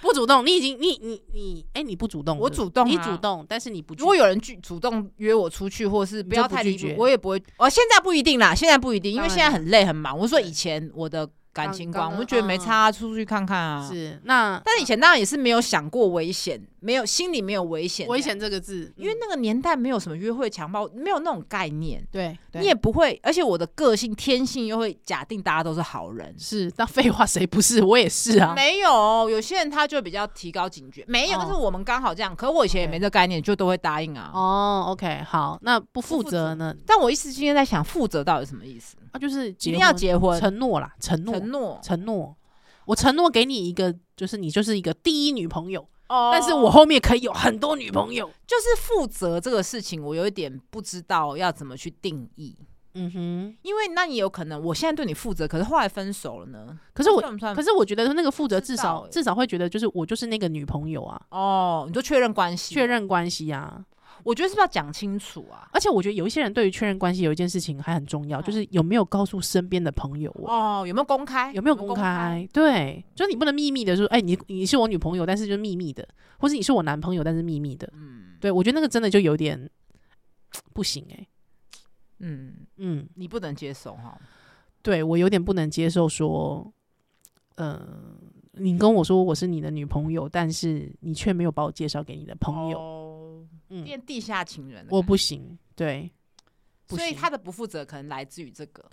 [SPEAKER 1] 不主动？你已经你你你，哎、你不主动，
[SPEAKER 2] 我
[SPEAKER 1] 对不对
[SPEAKER 2] 主动啊
[SPEAKER 1] 你主动，但是你不拒
[SPEAKER 2] 如果有人拒主动约我出去，或是不
[SPEAKER 1] 就
[SPEAKER 2] 要
[SPEAKER 1] 不
[SPEAKER 2] 太
[SPEAKER 1] 拒
[SPEAKER 2] 离谱
[SPEAKER 1] 绝，
[SPEAKER 2] 我也不会。哦，现在不一定啦，现在不一定，因
[SPEAKER 1] 当
[SPEAKER 2] 为
[SPEAKER 1] 然
[SPEAKER 2] 现在
[SPEAKER 1] 啦
[SPEAKER 2] 很累很忙。我说
[SPEAKER 1] 对
[SPEAKER 2] 以前我的感
[SPEAKER 1] 刚
[SPEAKER 2] 情
[SPEAKER 1] 刚
[SPEAKER 2] 观，我
[SPEAKER 1] 刚
[SPEAKER 2] 就觉得没
[SPEAKER 1] 嗯
[SPEAKER 2] 差啊，出去看看啊。
[SPEAKER 1] 是那
[SPEAKER 2] 但以前当然也是没有想过危险，没有心里没有危险，
[SPEAKER 1] 危，险这个字，
[SPEAKER 2] 因为
[SPEAKER 1] 嗯
[SPEAKER 2] 那个年代没有什么约会强暴，没有那种概念，
[SPEAKER 1] 对对
[SPEAKER 2] 你也不会，而且我的个性天性又会假定大家都是好人。
[SPEAKER 1] 是，但废话谁不是？我也是啊。
[SPEAKER 2] 没有，有些人他就比较提高警觉，没有，
[SPEAKER 1] 哦
[SPEAKER 2] 但是我们刚好这样。可我以前也
[SPEAKER 1] OK
[SPEAKER 2] 没这概念，就都会答应啊。
[SPEAKER 1] 哦，OK，好，那不负
[SPEAKER 2] 负
[SPEAKER 1] 责
[SPEAKER 2] 责
[SPEAKER 1] 呢？
[SPEAKER 2] 但我一时今天在想，负责到底什么意思？
[SPEAKER 1] 啊，就是
[SPEAKER 2] 一
[SPEAKER 1] 结
[SPEAKER 2] 定要
[SPEAKER 1] 婚
[SPEAKER 2] 结婚，
[SPEAKER 1] 承诺啦，承诺
[SPEAKER 2] 承诺，
[SPEAKER 1] 承诺，我承诺给你一个，就是你就是一个第一女朋友，
[SPEAKER 2] 哦
[SPEAKER 1] 但是我后面可以有很多女朋友。
[SPEAKER 2] 就是负责这个事情，我有一点不知道要怎么去定义。
[SPEAKER 1] 嗯哼，
[SPEAKER 2] 因为那也有可能，我现在对你负责，可是后来分手了呢？
[SPEAKER 1] 可是我
[SPEAKER 2] 算不算
[SPEAKER 1] 可是我觉得那个负责
[SPEAKER 2] 不
[SPEAKER 1] 至
[SPEAKER 2] 知
[SPEAKER 1] 少
[SPEAKER 2] 道欸
[SPEAKER 1] 至少会觉得就是我就是那个女朋友啊，
[SPEAKER 2] 哦，你就确认关系，
[SPEAKER 1] 确。认关系啊。
[SPEAKER 2] 我觉得是不是要讲清楚啊？
[SPEAKER 1] 而且我觉得有一些人对于确认关系有一件事情还很重要，
[SPEAKER 2] 嗯
[SPEAKER 1] 就是有没有告诉身边的朋友我。
[SPEAKER 2] 哦，有没有公开？
[SPEAKER 1] 有没有公？开？对，就是你不能秘密的说，哎、你你是我女朋友，但是就是秘密的，或是你是我男朋友，但是秘密的。
[SPEAKER 2] 嗯
[SPEAKER 1] 对我觉得那个真的就有点不行哎、
[SPEAKER 2] 嗯，
[SPEAKER 1] 嗯，
[SPEAKER 2] 你不能接受哈。
[SPEAKER 1] 对我有点不能接受说，呃，你跟我说我是你的女朋友，但是你却没有把我介绍给你的朋友，
[SPEAKER 2] 哦友
[SPEAKER 1] 嗯，
[SPEAKER 2] 变地下情人了，
[SPEAKER 1] 我不行。对，不
[SPEAKER 2] 所以
[SPEAKER 1] 行
[SPEAKER 2] 他的不负责可能来自于这个。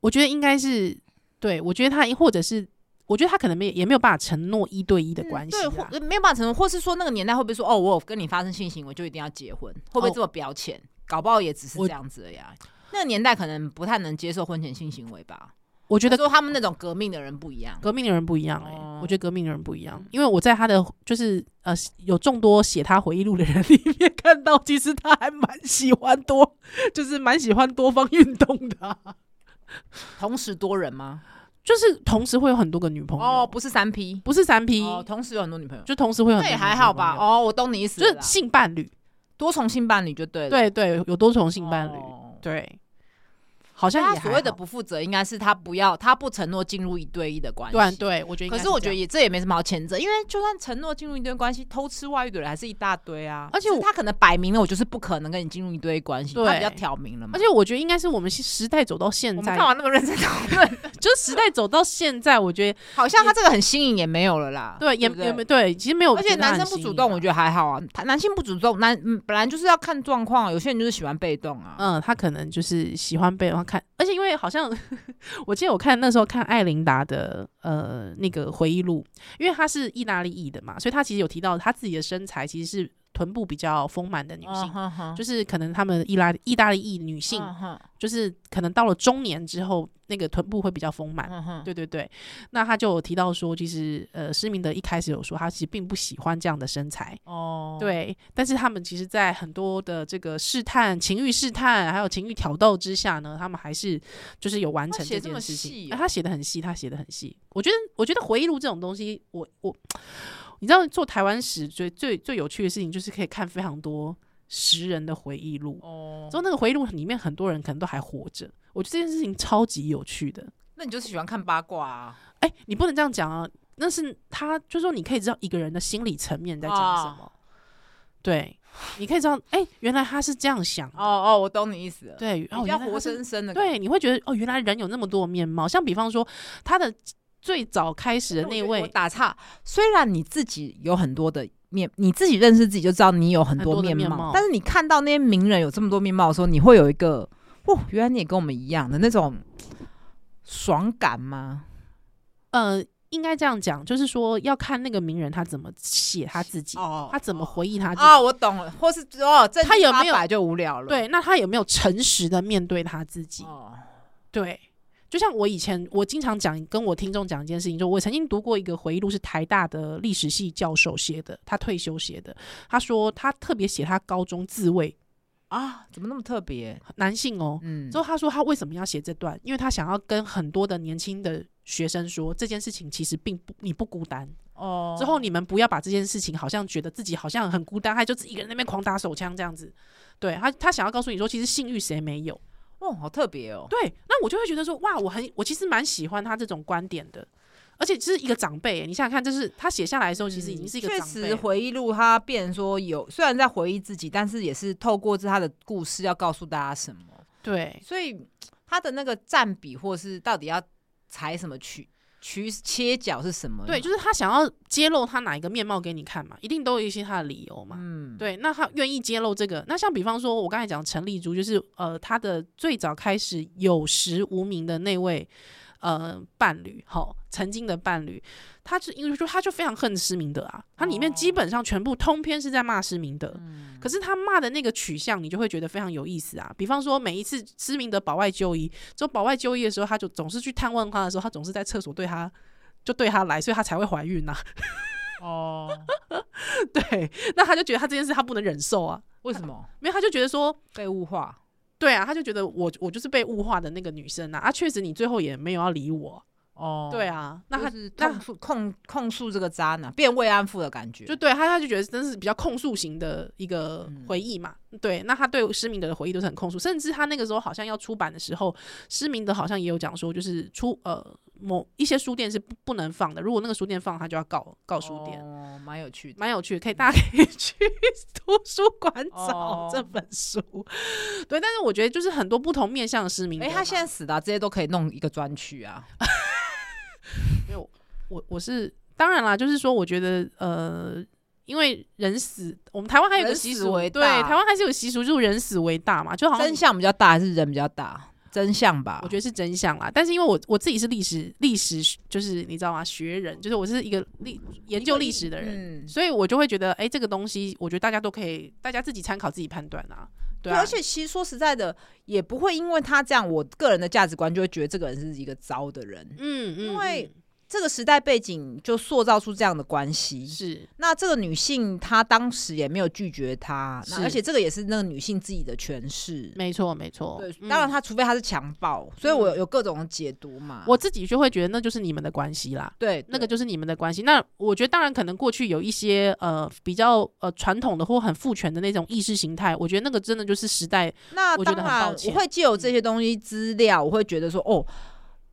[SPEAKER 1] 我觉得应该是，对我觉得他或者是，我觉得他可能没也没有办法承诺一对一的
[SPEAKER 2] 嗯
[SPEAKER 1] 关系、
[SPEAKER 2] 对，
[SPEAKER 1] 啊
[SPEAKER 2] 或呃没有办法承认，或是说那个年代会不会说哦，我有跟你发生性行为就一定要结婚，会不会
[SPEAKER 1] 哦
[SPEAKER 2] 这么标签？搞不好也只是
[SPEAKER 1] 我
[SPEAKER 2] 这样子而已、啊。那个年代可能不太能接受婚前性行为吧？
[SPEAKER 1] 我觉得
[SPEAKER 2] 觉说他们那种革命的人不一样。
[SPEAKER 1] 革命的人不一样哎、
[SPEAKER 2] 哦嗯
[SPEAKER 1] 我觉得革命的人不一样，因为我在他的就是呃有众多写他回忆录的人 里面看到，其实他还蛮喜欢多，就是蛮喜欢多方运动的啊、
[SPEAKER 2] 同时多人吗？
[SPEAKER 1] 就是同时会有很多个女朋友，
[SPEAKER 2] 哦，不是三 P，
[SPEAKER 1] 不是三 P，、
[SPEAKER 2] 哦，同时有很多女朋友，
[SPEAKER 1] 就同时会有很
[SPEAKER 2] 那
[SPEAKER 1] 多
[SPEAKER 2] 也
[SPEAKER 1] 个
[SPEAKER 2] 还好
[SPEAKER 1] 女朋
[SPEAKER 2] 吧。
[SPEAKER 1] 友，
[SPEAKER 2] 哦，我懂你意思
[SPEAKER 1] 就
[SPEAKER 2] 了啦，
[SPEAKER 1] 是性伴侣，
[SPEAKER 2] 多重性伴侣就对了，
[SPEAKER 1] 对对，有多重性
[SPEAKER 2] 哦
[SPEAKER 1] 伴侣，对，好
[SPEAKER 2] 所以
[SPEAKER 1] 像
[SPEAKER 2] 他
[SPEAKER 1] 也
[SPEAKER 2] 所
[SPEAKER 1] 还
[SPEAKER 2] 谓的
[SPEAKER 1] 好
[SPEAKER 2] 不负责，应该是他不要，他不承诺进入一对一的关
[SPEAKER 1] 对啊
[SPEAKER 2] 系。
[SPEAKER 1] 对，我觉得应该
[SPEAKER 2] 可
[SPEAKER 1] 是
[SPEAKER 2] 是我觉得
[SPEAKER 1] 也
[SPEAKER 2] 也这也没什么好谴责，因为就算承诺进入一对一关系，偷吃外遇的人还是一大堆啊。
[SPEAKER 1] 而且
[SPEAKER 2] 就
[SPEAKER 1] 我
[SPEAKER 2] 是他可能摆明了，我就是不可能跟你进入一对一关系，
[SPEAKER 1] 对
[SPEAKER 2] 他比较挑明了嘛。
[SPEAKER 1] 而且我觉得应该是我们时代走到现
[SPEAKER 2] 我们
[SPEAKER 1] 在
[SPEAKER 2] 干，嘛那么认真讨论？
[SPEAKER 1] 就是时代走到现在，我觉得
[SPEAKER 2] 好像他这个很新颖也没有了啦。
[SPEAKER 1] 对也
[SPEAKER 2] 不
[SPEAKER 1] 也没对，其实没有觉
[SPEAKER 2] 而
[SPEAKER 1] 得
[SPEAKER 2] 且
[SPEAKER 1] 它很新颖
[SPEAKER 2] 男
[SPEAKER 1] 啊，
[SPEAKER 2] 生不主动，我觉得还好啊。他男性不主动，男嗯本来就是要看状况，啊有些人就是喜欢被动啊。
[SPEAKER 1] 嗯，他可能就是喜欢被人家看，而且因为好像我记得我看那时候看艾琳达的呃那个回忆录，因为她是意大利裔的嘛，所以她其实有提到她自己的身材其实是臀部比较丰满的女性，
[SPEAKER 2] 性
[SPEAKER 1] 就是可能他们意大意大利裔女性，
[SPEAKER 2] 嗯
[SPEAKER 1] 就是可能到了中年之后，那个臀部会比较丰满。
[SPEAKER 2] 对
[SPEAKER 1] 对对对，那他就有提到说，其实呃，施明德一开始有说他其实并不喜欢这样的身材，
[SPEAKER 2] 哦，
[SPEAKER 1] 对，但是他们其实，在很多的这个试探、情欲试探，还有情欲挑逗之下呢，他们还是就是有完
[SPEAKER 2] 他
[SPEAKER 1] 成
[SPEAKER 2] 写
[SPEAKER 1] 这
[SPEAKER 2] 这
[SPEAKER 1] 件
[SPEAKER 2] 么
[SPEAKER 1] 事
[SPEAKER 2] 细
[SPEAKER 1] 情。啊
[SPEAKER 2] 哦
[SPEAKER 1] 他写的很细，他写的很细。我觉得，我觉得回忆录这种东西，我我，你知道，做台湾史最最最有趣的事情，就是可以看非常多十人的回忆录。
[SPEAKER 2] 哦
[SPEAKER 1] 之后那个回忆录里面，很多人可能都还活着。我觉得这件事情超级有趣的。
[SPEAKER 2] 那你就是喜欢看八卦啊？
[SPEAKER 1] 哎、你不能这样讲啊！那是他，就是说你可以知道一个人的心理层面在讲
[SPEAKER 2] 啊
[SPEAKER 1] 什么。对，你可以知道，哎、原来他是这样想的。
[SPEAKER 2] 哦哦，我懂你意思了，
[SPEAKER 1] 嗯对，哦，原
[SPEAKER 2] 比较
[SPEAKER 1] 来他
[SPEAKER 2] 活
[SPEAKER 1] 是。
[SPEAKER 2] 生生的。，
[SPEAKER 1] 对，你会觉得哦，原来人有那么多面貌。像比方说，他的最早开始的那
[SPEAKER 2] 我
[SPEAKER 1] 位，
[SPEAKER 2] 打岔，虽然你自己有很多的。面你自己认识自己就知道你有很多
[SPEAKER 1] 很多的
[SPEAKER 2] 面貌，
[SPEAKER 1] 面貌
[SPEAKER 2] 但是你看到那些名人有这么多面貌的时候，你会有一个哦，原来你也跟我们一样的那种爽感吗？
[SPEAKER 1] 呃，应该这样讲，就是说要看那个名人他怎么写他自己，
[SPEAKER 2] 哦
[SPEAKER 1] 他怎么回忆他自己。
[SPEAKER 2] 啊、我懂了，或是哦，正
[SPEAKER 1] 他有没有
[SPEAKER 2] 八百就无聊了？
[SPEAKER 1] 对，那他有没有诚实的面对他自己？
[SPEAKER 2] 哦，
[SPEAKER 1] 对，就像我以前我经常讲跟我听众讲一件事情，就我曾经读过一个回忆录，是台大的历史系教授写的，他退休写的。他说他特别写他高中自慰，
[SPEAKER 2] 啊，怎么那么特别？
[SPEAKER 1] 男性哦。
[SPEAKER 2] 嗯
[SPEAKER 1] 之后他说他为什么要写这段，因为他想要跟很多的年轻的学生说，这件事情其实并不你不孤单。
[SPEAKER 2] 哦
[SPEAKER 1] 之后你们不要把这件事情好像觉得自己好像很孤单，还就自己一个人在那边狂打手枪这样子。对他，他想要告诉你说，其实性欲谁没有。
[SPEAKER 2] 哦，好特别哦，
[SPEAKER 1] 对，那我就会觉得说，哇，我很，我其实蛮喜欢他这种观点的，而且这是一个长辈耶，你想想看，这是他写下来的时候，其实已经是一个
[SPEAKER 2] 嗯确
[SPEAKER 1] 长辈
[SPEAKER 2] 实
[SPEAKER 1] 了。
[SPEAKER 2] 回忆录，他变成说有虽然在回忆自己，但是也是透过这他的故事要告诉大家什么，
[SPEAKER 1] 对，
[SPEAKER 2] 所以他的那个占比或是到底要踩什么取取切角是什么？
[SPEAKER 1] 对，，就是他想要揭露他哪一个面貌给你看嘛，一定都有一些他的理由嘛。
[SPEAKER 2] 嗯，
[SPEAKER 1] 对，那他愿意揭露这个，那像比方说，我刚才讲陈立珠，就是呃，他的最早开始有实无名的那位呃伴侣，好，曾经的伴侣，他是因为说他就非常恨施明德啊，他里面基
[SPEAKER 2] 哦
[SPEAKER 1] 本上全部通篇是在骂施明德，可是他骂的那个取向，你就会觉得非常有意思啊。比方说，每一次施明德保外就医，就保外就医的时候，他就总是去探望他的时候，他总是在厕所对他。就对他来，所以他才会怀孕呐、啊
[SPEAKER 2] 哦，
[SPEAKER 1] 对，那他就觉得他这件事他不能忍受啊，
[SPEAKER 2] 为什么
[SPEAKER 1] 没有，他就觉得说，
[SPEAKER 2] 被物化？
[SPEAKER 1] 对啊，他就觉得我我就是被物化的那个女生啊，啊，确实你最后也没有要理我，
[SPEAKER 2] 哦，
[SPEAKER 1] 对。啊，那他
[SPEAKER 2] 就是
[SPEAKER 1] 那
[SPEAKER 2] 控诉控控诉这个渣男，变慰安妇的感觉，
[SPEAKER 1] 就对啊他他就觉得真是比较控诉型的一个
[SPEAKER 2] 嗯
[SPEAKER 1] 回忆嘛，对，那他对施明德的回忆都是很控诉，甚至他那个时候好像要出版的时候，施明德好像也有讲说，就是出呃某一些书店是不不能放的，如果那个书店放，他就要告告书店。
[SPEAKER 2] 哦，蛮有趣的。
[SPEAKER 1] 蛮有趣的，可以大家可以去 图书馆找
[SPEAKER 2] 哦
[SPEAKER 1] 这本书。 对，但是我觉得就是很多不同面向的施明德
[SPEAKER 2] 哎、
[SPEAKER 1] 嘛。
[SPEAKER 2] 他现在死的啊、这些都可以弄一个专区啊。
[SPEAKER 1] 我我是当然啦，就是说，我觉得呃，因为人死，我们台湾还有个
[SPEAKER 2] 人
[SPEAKER 1] 习
[SPEAKER 2] 死
[SPEAKER 1] 俗，
[SPEAKER 2] 为
[SPEAKER 1] 对，
[SPEAKER 2] 大
[SPEAKER 1] 台湾还是有习俗，就是人死为大嘛，就好像
[SPEAKER 2] 真相比较大还是人比较大？真相吧，
[SPEAKER 1] 哦我觉得是真相啦。但是因为我我自己是历史历史，就是你知道吗？学人，就是我是一个历研究历史的人，
[SPEAKER 2] 嗯，
[SPEAKER 1] 所以我就会觉得，哎、这个东西，我觉得大家都可以，大家自己参考，自己判断啊。对
[SPEAKER 2] 对、
[SPEAKER 1] 啊，
[SPEAKER 2] 而且其实说实在的，也不会因为他这样，我个人的价值观就会觉得这个人是一个糟的人。
[SPEAKER 1] 嗯，嗯
[SPEAKER 2] 因为
[SPEAKER 1] 嗯
[SPEAKER 2] 这个时代背景就塑造出这样的关系。
[SPEAKER 1] 是
[SPEAKER 2] 那这个女性她当时也没有拒绝他，那
[SPEAKER 1] 是
[SPEAKER 2] 而且这个也是那个女性自己的诠释。
[SPEAKER 1] 没错没错。
[SPEAKER 2] 对，
[SPEAKER 1] 嗯
[SPEAKER 2] 当然她除非她是强暴，所以我有
[SPEAKER 1] 嗯
[SPEAKER 2] 有各种解读嘛。
[SPEAKER 1] 我自己就会觉得那就是你们的关系啦。
[SPEAKER 2] 对
[SPEAKER 1] 那
[SPEAKER 2] 对
[SPEAKER 1] 个就是你们的关系。那我觉得，当然可能过去有一些呃比较呃传统的或很父权的那种意识形态，我觉得那个真的就是时代
[SPEAKER 2] 那
[SPEAKER 1] 我觉
[SPEAKER 2] 当
[SPEAKER 1] 得很抱
[SPEAKER 2] 然，我
[SPEAKER 1] 歉嗯
[SPEAKER 2] 会借由这些东西资料，我会觉得说，哦，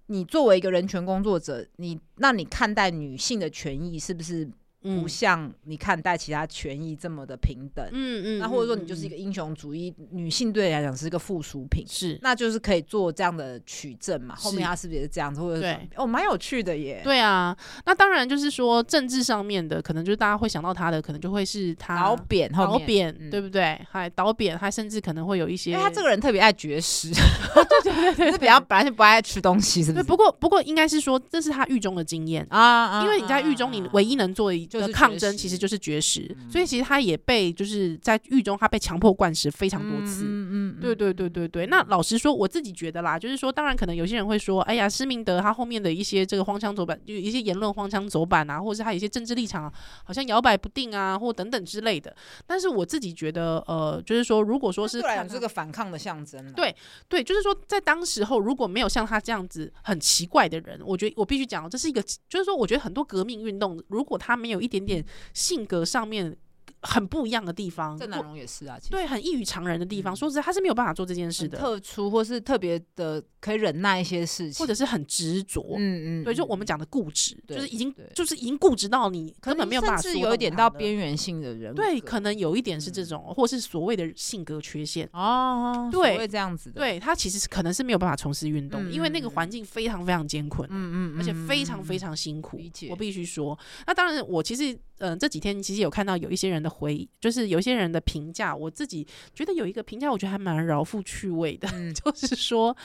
[SPEAKER 2] 你作为一个人权工作者，你那你看待女性的权益是不是
[SPEAKER 1] 嗯
[SPEAKER 2] 不像你看待其他权益这么的平等？
[SPEAKER 1] 嗯嗯，
[SPEAKER 2] 那或者说你就是一
[SPEAKER 1] 个
[SPEAKER 2] 个英雄主义，女性对你来讲是一个附属品。
[SPEAKER 1] 是。
[SPEAKER 2] 那就是可以做这样的取证嘛？后
[SPEAKER 1] 是
[SPEAKER 2] 面他是不是也是这样子，或者是
[SPEAKER 1] 对
[SPEAKER 2] 转变哦，蛮有趣的耶。
[SPEAKER 1] 对啊，那当然就是说政治上面的，可能就是大家会想到他的，可能就会是他
[SPEAKER 2] 老扁后
[SPEAKER 1] 倒
[SPEAKER 2] 面，
[SPEAKER 1] 啊扁，
[SPEAKER 2] 嗯
[SPEAKER 1] 对不对？还倒扁，还甚至可能会有一些，
[SPEAKER 2] 因为他这个人特别爱 绝食，
[SPEAKER 1] 哦
[SPEAKER 2] 对对 对，是比较本来就不爱吃东西，是不
[SPEAKER 1] 对。
[SPEAKER 2] 是？
[SPEAKER 1] 不过不过应该是说这是他狱中的经验，
[SPEAKER 2] 啊啊，
[SPEAKER 1] 因为你在狱中，你唯一
[SPEAKER 2] 能。
[SPEAKER 1] 能做的
[SPEAKER 2] 就是
[SPEAKER 1] 抗
[SPEAKER 2] 绝
[SPEAKER 1] 争
[SPEAKER 2] 食
[SPEAKER 1] 其实就是绝食，
[SPEAKER 2] 嗯
[SPEAKER 1] 所以其实他也被就是在狱中他被强迫灌食非常多次。
[SPEAKER 2] 嗯嗯嗯
[SPEAKER 1] 对对对对对，那老实说，我自己觉得啦，就是说，当然可能有些人会说，哎呀，施明德他后面的一些这个荒腔走板，就有一些言论荒腔走板啊，或者是他有一些政治立场、啊、好像摇摆不定啊，或等等之类的。但是我自己觉得，呃，就是说，如果说是
[SPEAKER 2] 对啊我来
[SPEAKER 1] 看
[SPEAKER 2] 讲
[SPEAKER 1] 他
[SPEAKER 2] 是个反抗的象征啦。
[SPEAKER 1] 对对，就是说，在当时候，如果没有像他这样子很奇怪的人，我觉得我必须讲哦，这是一个，就是说，我觉得很多革命运动，如果他没有一点点性格上面很不一样的地方，
[SPEAKER 2] 郑
[SPEAKER 1] 或
[SPEAKER 2] 南荣也是啊，其实
[SPEAKER 1] 对，很异于常人的地方，
[SPEAKER 2] 嗯
[SPEAKER 1] 说实在，他是没有办法做这件事
[SPEAKER 2] 很
[SPEAKER 1] 的，
[SPEAKER 2] 特殊或是特别的可以忍耐一些事情，
[SPEAKER 1] 或者是很执着。
[SPEAKER 2] 嗯嗯，
[SPEAKER 1] 对，就我
[SPEAKER 2] 嗯
[SPEAKER 1] 们讲的固执，就是
[SPEAKER 2] 对
[SPEAKER 1] 已经
[SPEAKER 2] 对
[SPEAKER 1] 就是已经固执到你
[SPEAKER 2] 可
[SPEAKER 1] 根本
[SPEAKER 2] 能
[SPEAKER 1] 没有办法说
[SPEAKER 2] 甚至
[SPEAKER 1] 动
[SPEAKER 2] 有一点
[SPEAKER 1] 他
[SPEAKER 2] 到
[SPEAKER 1] 的
[SPEAKER 2] 边缘性的人格，
[SPEAKER 1] 对，可能有一点是这
[SPEAKER 2] 嗯
[SPEAKER 1] 种，或是所谓的性格缺陷。
[SPEAKER 2] 哦，
[SPEAKER 1] 对
[SPEAKER 2] 所谓这样子的，，
[SPEAKER 1] 对他其实是可能是没有办法从事运动的，因为那个
[SPEAKER 2] 嗯嗯
[SPEAKER 1] 环境非常非常艰困。
[SPEAKER 2] 嗯嗯，
[SPEAKER 1] 而且
[SPEAKER 2] 嗯
[SPEAKER 1] 非常
[SPEAKER 2] 嗯
[SPEAKER 1] 非
[SPEAKER 2] 嗯
[SPEAKER 1] 常辛苦
[SPEAKER 2] 理。解
[SPEAKER 1] 我必须说，那当然，我其实嗯、呃这几天其实有看到有一些人的回忆，就是有一些人的评价，我自己觉得有一个评价，我觉得还蛮饶富趣味的，
[SPEAKER 2] 嗯
[SPEAKER 1] 就是说，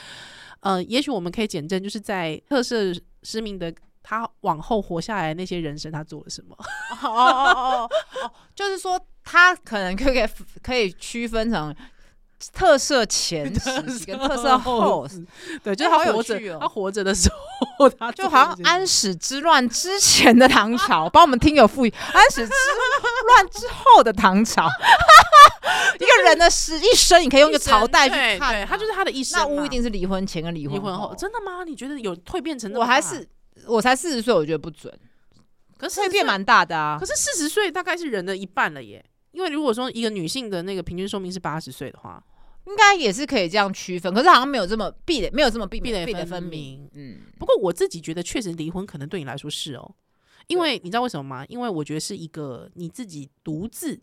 [SPEAKER 1] 呃，也许我们可以检证，就是在特赦失明的。他往后活下来那些人生，他做了什么？
[SPEAKER 2] 哦哦哦哦哦，就是说他可能可以可以区分成特色前时期跟特 色后时期，
[SPEAKER 1] 对，就是
[SPEAKER 2] 哎
[SPEAKER 1] 他
[SPEAKER 2] 好有
[SPEAKER 1] 活着，
[SPEAKER 2] 趣哦
[SPEAKER 1] 他活着的时候，他
[SPEAKER 2] 就好像安史之乱之前的唐朝，帮我们听友复议安史之乱之后的唐朝， 一个人的是一生，你可以用一个朝代去看啊、
[SPEAKER 1] 对，对他就是他的一生嘛。
[SPEAKER 2] 那乌一定是离婚前跟离
[SPEAKER 1] 离
[SPEAKER 2] 婚
[SPEAKER 1] 婚
[SPEAKER 2] 后
[SPEAKER 1] 后，，真的吗？你觉得有蜕变成那
[SPEAKER 2] 我
[SPEAKER 1] 么
[SPEAKER 2] 还
[SPEAKER 1] 大
[SPEAKER 2] 是我才四十岁，我觉得不准，
[SPEAKER 1] 可是
[SPEAKER 2] 蜕变
[SPEAKER 1] 蛮。
[SPEAKER 2] 蛮大的啊
[SPEAKER 1] 可。是四十岁大概是人的一半了耶，因为如果说一个女性的那个平均寿命是八十岁的话，
[SPEAKER 2] 应该也是可以这样区分，可是好像没有这么避雷，没有这么避
[SPEAKER 1] 避雷
[SPEAKER 2] 避雷
[SPEAKER 1] 分
[SPEAKER 2] 分
[SPEAKER 1] 明
[SPEAKER 2] 明。嗯，
[SPEAKER 1] 不过我自己觉得确实离婚可能对你来说是哦，因为你知道为什么吗？因为我觉得是一个你自己独自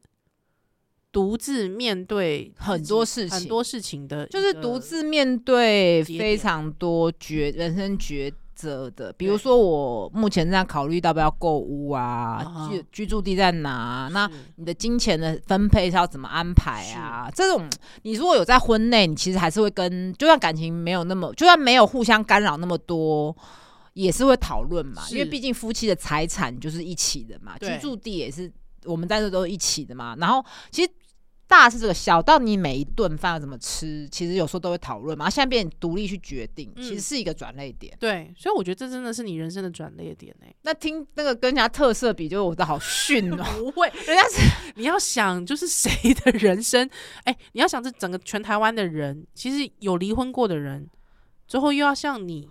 [SPEAKER 1] 独自面对自己
[SPEAKER 2] 很多事
[SPEAKER 1] 很
[SPEAKER 2] 情
[SPEAKER 1] 多事情的一个，
[SPEAKER 2] 就是独自面对
[SPEAKER 1] 节
[SPEAKER 2] 非
[SPEAKER 1] 点
[SPEAKER 2] 常多抉人生抉择的，比
[SPEAKER 1] 对
[SPEAKER 2] 如说我目前正在考虑到不要购屋
[SPEAKER 1] 啊
[SPEAKER 2] 啊，居居住地在哪啊、那
[SPEAKER 1] 是
[SPEAKER 2] 你的金钱的分配是要怎么安排啊？这种你如果有在婚内，你其实还是会跟，就算感情没有那么，就算没有互相干扰那么多。也是会讨论嘛，因为
[SPEAKER 1] 是
[SPEAKER 2] 毕竟夫妻的财产就是一起的嘛，
[SPEAKER 1] 对
[SPEAKER 2] 居住地也是我们在这都一起的嘛。然后其实大是这个小到你每一顿饭要怎么吃，其实有时候都会讨论嘛。现在变成独立去决定，
[SPEAKER 1] 嗯
[SPEAKER 2] 其实是一个转类点。
[SPEAKER 1] 对，所以我觉得这真的是你人生的转捩点哎。
[SPEAKER 2] 那听那个跟人家特色比，就是我的好逊 哦、
[SPEAKER 1] 不会，
[SPEAKER 2] 人家是
[SPEAKER 1] 你要想就是谁的人生，哎、你要想这整个全台湾的人，其实有离婚过的人，最后又要像你，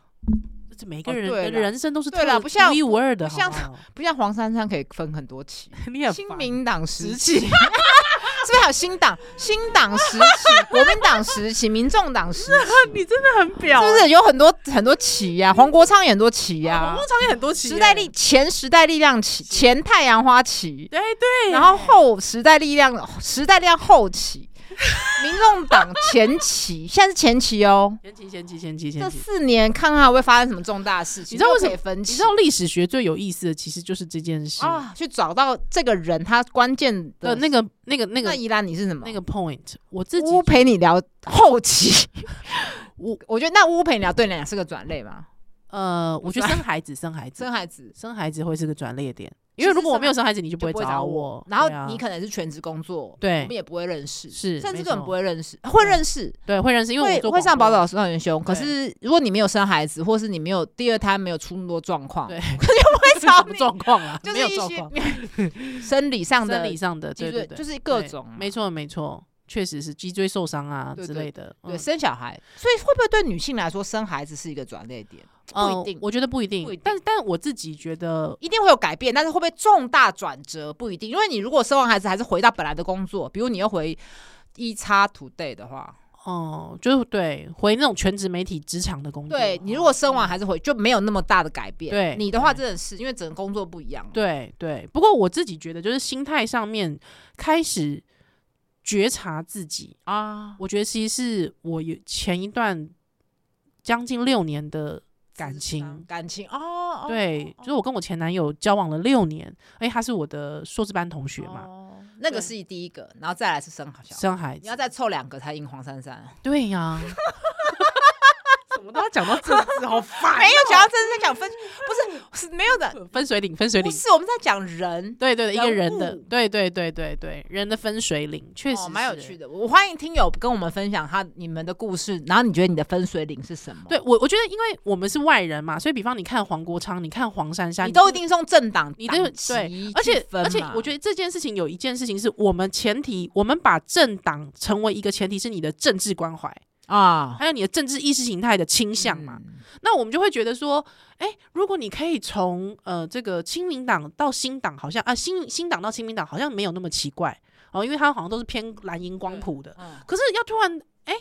[SPEAKER 1] 这每个
[SPEAKER 2] 哦
[SPEAKER 1] 人
[SPEAKER 2] 对
[SPEAKER 1] 的
[SPEAKER 2] 啦
[SPEAKER 1] 人生都是
[SPEAKER 2] 对啦
[SPEAKER 1] 特
[SPEAKER 2] 不像
[SPEAKER 1] 独一无二的，
[SPEAKER 2] 不像
[SPEAKER 1] 好 不好
[SPEAKER 2] 不像黄珊珊可以分很多期，
[SPEAKER 1] 你很
[SPEAKER 2] 新
[SPEAKER 1] 烦
[SPEAKER 2] 民党时
[SPEAKER 1] 直
[SPEAKER 2] 期。
[SPEAKER 1] 气，
[SPEAKER 2] 是不是还有新党、新党时期、国民党时期、民众党时期？
[SPEAKER 1] 你真的很 表
[SPEAKER 2] 是不是有很多很多旗呀、黄国昌也很多旗呀、
[SPEAKER 1] 网络上也很多期
[SPEAKER 2] 时代力，前时代力量旗，前太阳花旗，
[SPEAKER 1] 对对，
[SPEAKER 2] 然后后时代力量时代力量后期，民众党前期，现在是前期哦。
[SPEAKER 1] 前期前期前期前
[SPEAKER 2] 这
[SPEAKER 1] 期。
[SPEAKER 2] 四年看看还会发生什么重大事情，
[SPEAKER 1] 你知道为什么
[SPEAKER 2] 又可以分
[SPEAKER 1] 你
[SPEAKER 2] 歧？
[SPEAKER 1] 知道历史学最有意思的其实就是这件事
[SPEAKER 2] 啊？去找到这个人他关键
[SPEAKER 1] 的
[SPEAKER 2] 的
[SPEAKER 1] 那个那个那
[SPEAKER 2] 那
[SPEAKER 1] 个
[SPEAKER 2] 宜兰你是什么？
[SPEAKER 1] 那个 point，我自己
[SPEAKER 2] 乌陪你聊 后期，我我觉得那乌陪你聊对你俩是个转类嘛，
[SPEAKER 1] 呃，我觉得生孩子生孩子
[SPEAKER 2] 生孩子
[SPEAKER 1] 生孩子会是个转捩点，因为
[SPEAKER 2] 其实
[SPEAKER 1] 如果我没有
[SPEAKER 2] 上
[SPEAKER 1] 生孩子，你就不
[SPEAKER 2] 就
[SPEAKER 1] 会
[SPEAKER 2] 不会
[SPEAKER 1] 找
[SPEAKER 2] 找
[SPEAKER 1] 我。
[SPEAKER 2] 然后
[SPEAKER 1] 对啊
[SPEAKER 2] 你可能是全职工作，我
[SPEAKER 1] 对
[SPEAKER 2] 们也不会认识，
[SPEAKER 1] 是
[SPEAKER 2] 甚至
[SPEAKER 1] 没
[SPEAKER 2] 根本
[SPEAKER 1] 错
[SPEAKER 2] 不会认识，会
[SPEAKER 1] 对
[SPEAKER 2] 认识，
[SPEAKER 1] 对会认识，因为
[SPEAKER 2] 会
[SPEAKER 1] 我做
[SPEAKER 2] 会上宝
[SPEAKER 1] 广播
[SPEAKER 2] 岛少年凶。可
[SPEAKER 1] 对
[SPEAKER 2] 是如果你没有生孩子，或是你没有第二胎没有出那么多状况，
[SPEAKER 1] 对，
[SPEAKER 2] 会
[SPEAKER 1] 是什
[SPEAKER 2] 找
[SPEAKER 1] 么
[SPEAKER 2] 你
[SPEAKER 1] 状况 啊？
[SPEAKER 2] 就
[SPEAKER 1] 没
[SPEAKER 2] 是
[SPEAKER 1] 有
[SPEAKER 2] 一
[SPEAKER 1] 状况，
[SPEAKER 2] 些 生理上
[SPEAKER 1] 生
[SPEAKER 2] 的
[SPEAKER 1] 理上的，
[SPEAKER 2] 脊
[SPEAKER 1] 对
[SPEAKER 2] 椎
[SPEAKER 1] 对，
[SPEAKER 2] 就
[SPEAKER 1] 对，
[SPEAKER 2] 是各
[SPEAKER 1] 对
[SPEAKER 2] 种嘛
[SPEAKER 1] 没错没错，确实是脊椎受伤啊
[SPEAKER 2] 对
[SPEAKER 1] 之
[SPEAKER 2] 对
[SPEAKER 1] 类的。
[SPEAKER 2] 对
[SPEAKER 1] 嗯
[SPEAKER 2] 生小孩，所以会不会对女性来说生孩子是一个转捩点？不一
[SPEAKER 1] 嗯
[SPEAKER 2] 定
[SPEAKER 1] 我觉得不一定
[SPEAKER 2] 不一定，
[SPEAKER 1] 但但我自己觉得
[SPEAKER 2] 一定会有改变，但是会不会重大转折不一定，因为你如果生完孩子还是回到本来的工作，比如你又回一叉 today 的话，
[SPEAKER 1] 哦、就是对回那种全职媒体职场的工作，
[SPEAKER 2] 对你
[SPEAKER 1] 哦
[SPEAKER 2] 如果生完孩子回就没有那么大的改变。
[SPEAKER 1] 对
[SPEAKER 2] 你的话
[SPEAKER 1] 对
[SPEAKER 2] 真的是因为整个工作不一样，
[SPEAKER 1] 对对，不过我自己觉得就是心态上面开始觉察自己，
[SPEAKER 2] 啊，
[SPEAKER 1] 我觉得其实是我有前一段将近六年的感情。
[SPEAKER 2] 感情哦，哦
[SPEAKER 1] 对，就是我跟我前男友交往了六年，而且他是我的硕士班同学嘛，
[SPEAKER 2] 哦那个
[SPEAKER 1] 对
[SPEAKER 2] 是第一个，然后再来是生好小孩，
[SPEAKER 1] 生孩
[SPEAKER 2] 你
[SPEAKER 1] 子
[SPEAKER 2] 要，再凑两个才赢黄珊珊。
[SPEAKER 1] 对呀、 怎么都要讲到政治，好烦
[SPEAKER 2] 没有想要真正讲分，不是是没有的，
[SPEAKER 1] 分水岭，分水
[SPEAKER 2] 不
[SPEAKER 1] 岭，
[SPEAKER 2] 是我们在讲人，
[SPEAKER 1] 对对对，一个
[SPEAKER 2] 人
[SPEAKER 1] 人的
[SPEAKER 2] 物，
[SPEAKER 1] 对对对对对，人的分水岭确
[SPEAKER 2] 哦，
[SPEAKER 1] 实
[SPEAKER 2] 蛮有
[SPEAKER 1] 是
[SPEAKER 2] 趣。的。我欢迎听友跟我们分享他你们的故事，然后你觉得你的分水岭是什么？
[SPEAKER 1] 对，我，我觉得因为我们是外人嘛，所以比方你看黄国昌，你看黄珊珊，
[SPEAKER 2] 你都一
[SPEAKER 1] 真的
[SPEAKER 2] 定是用政党
[SPEAKER 1] 你都
[SPEAKER 2] 党籍
[SPEAKER 1] 对，而且
[SPEAKER 2] 去分
[SPEAKER 1] 而且
[SPEAKER 2] 嘛，
[SPEAKER 1] 我觉得这件事情有一件事情是我们前提，我们把政党成为一个前提是你的政治关怀，
[SPEAKER 2] 啊，
[SPEAKER 1] 还有你的政治意识形态的倾向嘛。
[SPEAKER 2] 嗯
[SPEAKER 1] 那我们就会觉得说，哎，如果你可以从呃这个亲民党到新党，好像啊新新党到亲民党好像没有那么奇怪哦，因为他好像都是偏蓝银光谱的。
[SPEAKER 2] 嗯
[SPEAKER 1] 可是要突然哎、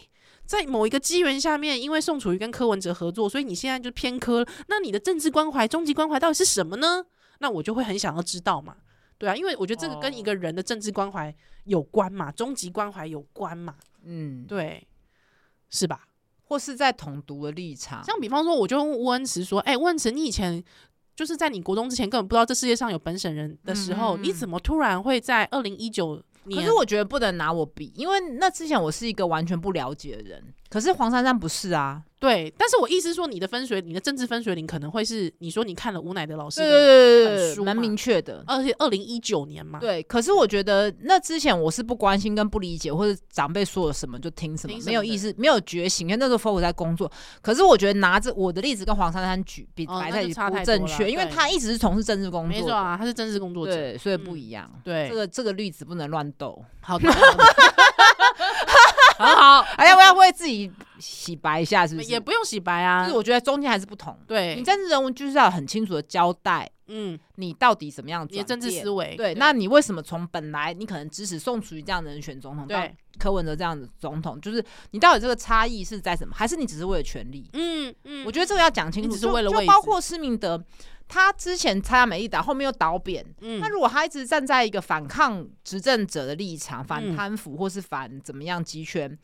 [SPEAKER 1] 在某一个机缘下面，因为宋楚瑜跟柯文哲合作，所以你现在就偏科，那你的政治关怀、终极关怀到底是什么呢？那我就会很想要知道嘛。对啊，因为我觉得这个跟一个人的政治关怀有关嘛，终极关怀有关嘛，
[SPEAKER 2] 嗯，
[SPEAKER 1] 对，是吧？
[SPEAKER 2] 或是在统独的立场，
[SPEAKER 1] 像比方说，我就问吴恩慈说：“哎、吴恩慈，你以前就是在你国中之前根本不知道这世界上有本省人的时候，
[SPEAKER 2] 嗯嗯嗯
[SPEAKER 1] 你怎么突然会在二零一九年？
[SPEAKER 2] 可是我觉得不能拿我比，因为那之前我是一个完全不了解的人，可是黄珊珊不是啊，
[SPEAKER 1] 对，但是我意思是说，你的分水，你的政治分水岭可能会是你说你看了吴乃的老师
[SPEAKER 2] 对
[SPEAKER 1] 的，
[SPEAKER 2] 对
[SPEAKER 1] 本
[SPEAKER 2] 对
[SPEAKER 1] 书
[SPEAKER 2] 对对，蛮
[SPEAKER 1] 嘛
[SPEAKER 2] 明确的。
[SPEAKER 1] 而且二零一九年嘛，
[SPEAKER 2] 对，可是我觉得那之前我是不关心跟不理解，或者长辈说了什么就听什么，
[SPEAKER 1] 听什么
[SPEAKER 2] 没有
[SPEAKER 1] 的
[SPEAKER 2] 意识，没有觉醒，因为那时候 focus 在工作。可是我觉得拿着我的例子跟黄珊珊举比
[SPEAKER 1] 哦
[SPEAKER 2] 白
[SPEAKER 1] 那
[SPEAKER 2] 菜
[SPEAKER 1] 就
[SPEAKER 2] 举
[SPEAKER 1] 差
[SPEAKER 2] 不
[SPEAKER 1] 太
[SPEAKER 2] 正
[SPEAKER 1] 多了
[SPEAKER 2] 确，因为
[SPEAKER 1] 对
[SPEAKER 2] 他一直是从事政治工作
[SPEAKER 1] 没错
[SPEAKER 2] 的，
[SPEAKER 1] 啊，他是政治工作者，
[SPEAKER 2] 对，所以不
[SPEAKER 1] 嗯
[SPEAKER 2] 一样。
[SPEAKER 1] 对，
[SPEAKER 2] 这个这个例子不能乱 斗，
[SPEAKER 1] 好 的，好的很好，
[SPEAKER 2] 哎呀，我要为自己洗白一下，是不是？
[SPEAKER 1] 也不用洗白
[SPEAKER 2] 就
[SPEAKER 1] 啊
[SPEAKER 2] 是，我觉得中间还是不同。
[SPEAKER 1] 对
[SPEAKER 2] 你，政治人物就是要很清楚的交代
[SPEAKER 1] 嗯，
[SPEAKER 2] 你到底怎么样
[SPEAKER 1] 你的
[SPEAKER 2] 转
[SPEAKER 1] 政治
[SPEAKER 2] 变
[SPEAKER 1] 思维，
[SPEAKER 2] 对，那你为什么从本来你可能支持宋楚瑜这样的人选总统，到
[SPEAKER 1] 对，
[SPEAKER 2] 柯文哲这样的总统，就是你到底这个差异是在什么？还是你只是为了权力？
[SPEAKER 1] 嗯嗯，
[SPEAKER 2] 我觉得这个要讲清
[SPEAKER 1] 你
[SPEAKER 2] 楚，
[SPEAKER 1] 只是
[SPEAKER 2] 就
[SPEAKER 1] 为了
[SPEAKER 2] 就
[SPEAKER 1] 位
[SPEAKER 2] 包
[SPEAKER 1] 置
[SPEAKER 2] 括施明德，他之前参加美丽岛，后面又倒扁。
[SPEAKER 1] 嗯
[SPEAKER 2] 那如果他一直站在一个反抗执政者的立场，反
[SPEAKER 1] 嗯
[SPEAKER 2] 贪腐或是反怎么样集权，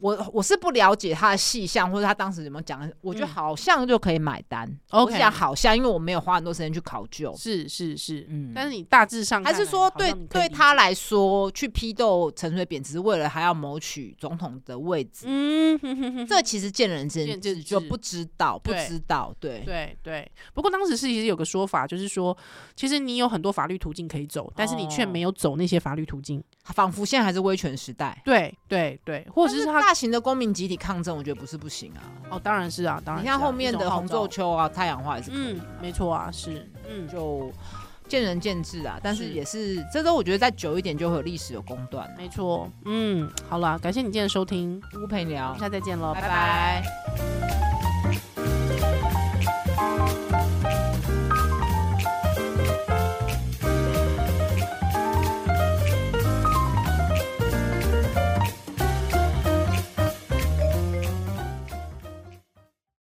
[SPEAKER 2] 我我是不了解他的细项，或者他当时怎么讲，我觉得
[SPEAKER 1] 嗯
[SPEAKER 2] 好像就可以买单。我
[SPEAKER 1] OK
[SPEAKER 2] 是讲好像，因为我没有花很多时间去考究。
[SPEAKER 1] 是是是，
[SPEAKER 2] 嗯
[SPEAKER 1] 但是你大致上
[SPEAKER 2] 还
[SPEAKER 1] 看
[SPEAKER 2] 是
[SPEAKER 1] 来
[SPEAKER 2] 说
[SPEAKER 1] 好
[SPEAKER 2] 对
[SPEAKER 1] 像你可以
[SPEAKER 2] 对
[SPEAKER 1] 理
[SPEAKER 2] 他
[SPEAKER 1] 解，
[SPEAKER 2] 来说，去批斗陈水扁只是为了还要谋取总统的位置？
[SPEAKER 1] 嗯，哼哼哼
[SPEAKER 2] 这其实见仁见
[SPEAKER 1] 见
[SPEAKER 2] 智，
[SPEAKER 1] 智
[SPEAKER 2] 就
[SPEAKER 1] 智
[SPEAKER 2] 不知道，不
[SPEAKER 1] 对
[SPEAKER 2] 知道，对，
[SPEAKER 1] 对对，不过当时是其实有个说法，就是说，其实你有很多法律途径可以走，但是你却
[SPEAKER 2] 哦
[SPEAKER 1] 没有走那些法律途径。
[SPEAKER 2] 仿佛现在还是威权时代。
[SPEAKER 1] 对对对，或者
[SPEAKER 2] 但
[SPEAKER 1] 是
[SPEAKER 2] 是
[SPEAKER 1] 他
[SPEAKER 2] 大型的公民集体抗争，我觉得不是不行啊。
[SPEAKER 1] 哦，当然是啊，当然
[SPEAKER 2] 你
[SPEAKER 1] 是啊
[SPEAKER 2] 看后面的红皱，
[SPEAKER 1] 一种号召
[SPEAKER 2] 秋啊、太阳花也是可以
[SPEAKER 1] 嗯，没错啊，是嗯，
[SPEAKER 2] 就见仁见智啊。但是
[SPEAKER 1] 是
[SPEAKER 2] 也是，这都我觉得再久一点就会有历史有公断了。
[SPEAKER 1] 没错，嗯，好啦，感谢你今天的收听，
[SPEAKER 2] 吴佩
[SPEAKER 1] 我
[SPEAKER 2] 聊
[SPEAKER 1] 们，下次再见喽，
[SPEAKER 2] 拜拜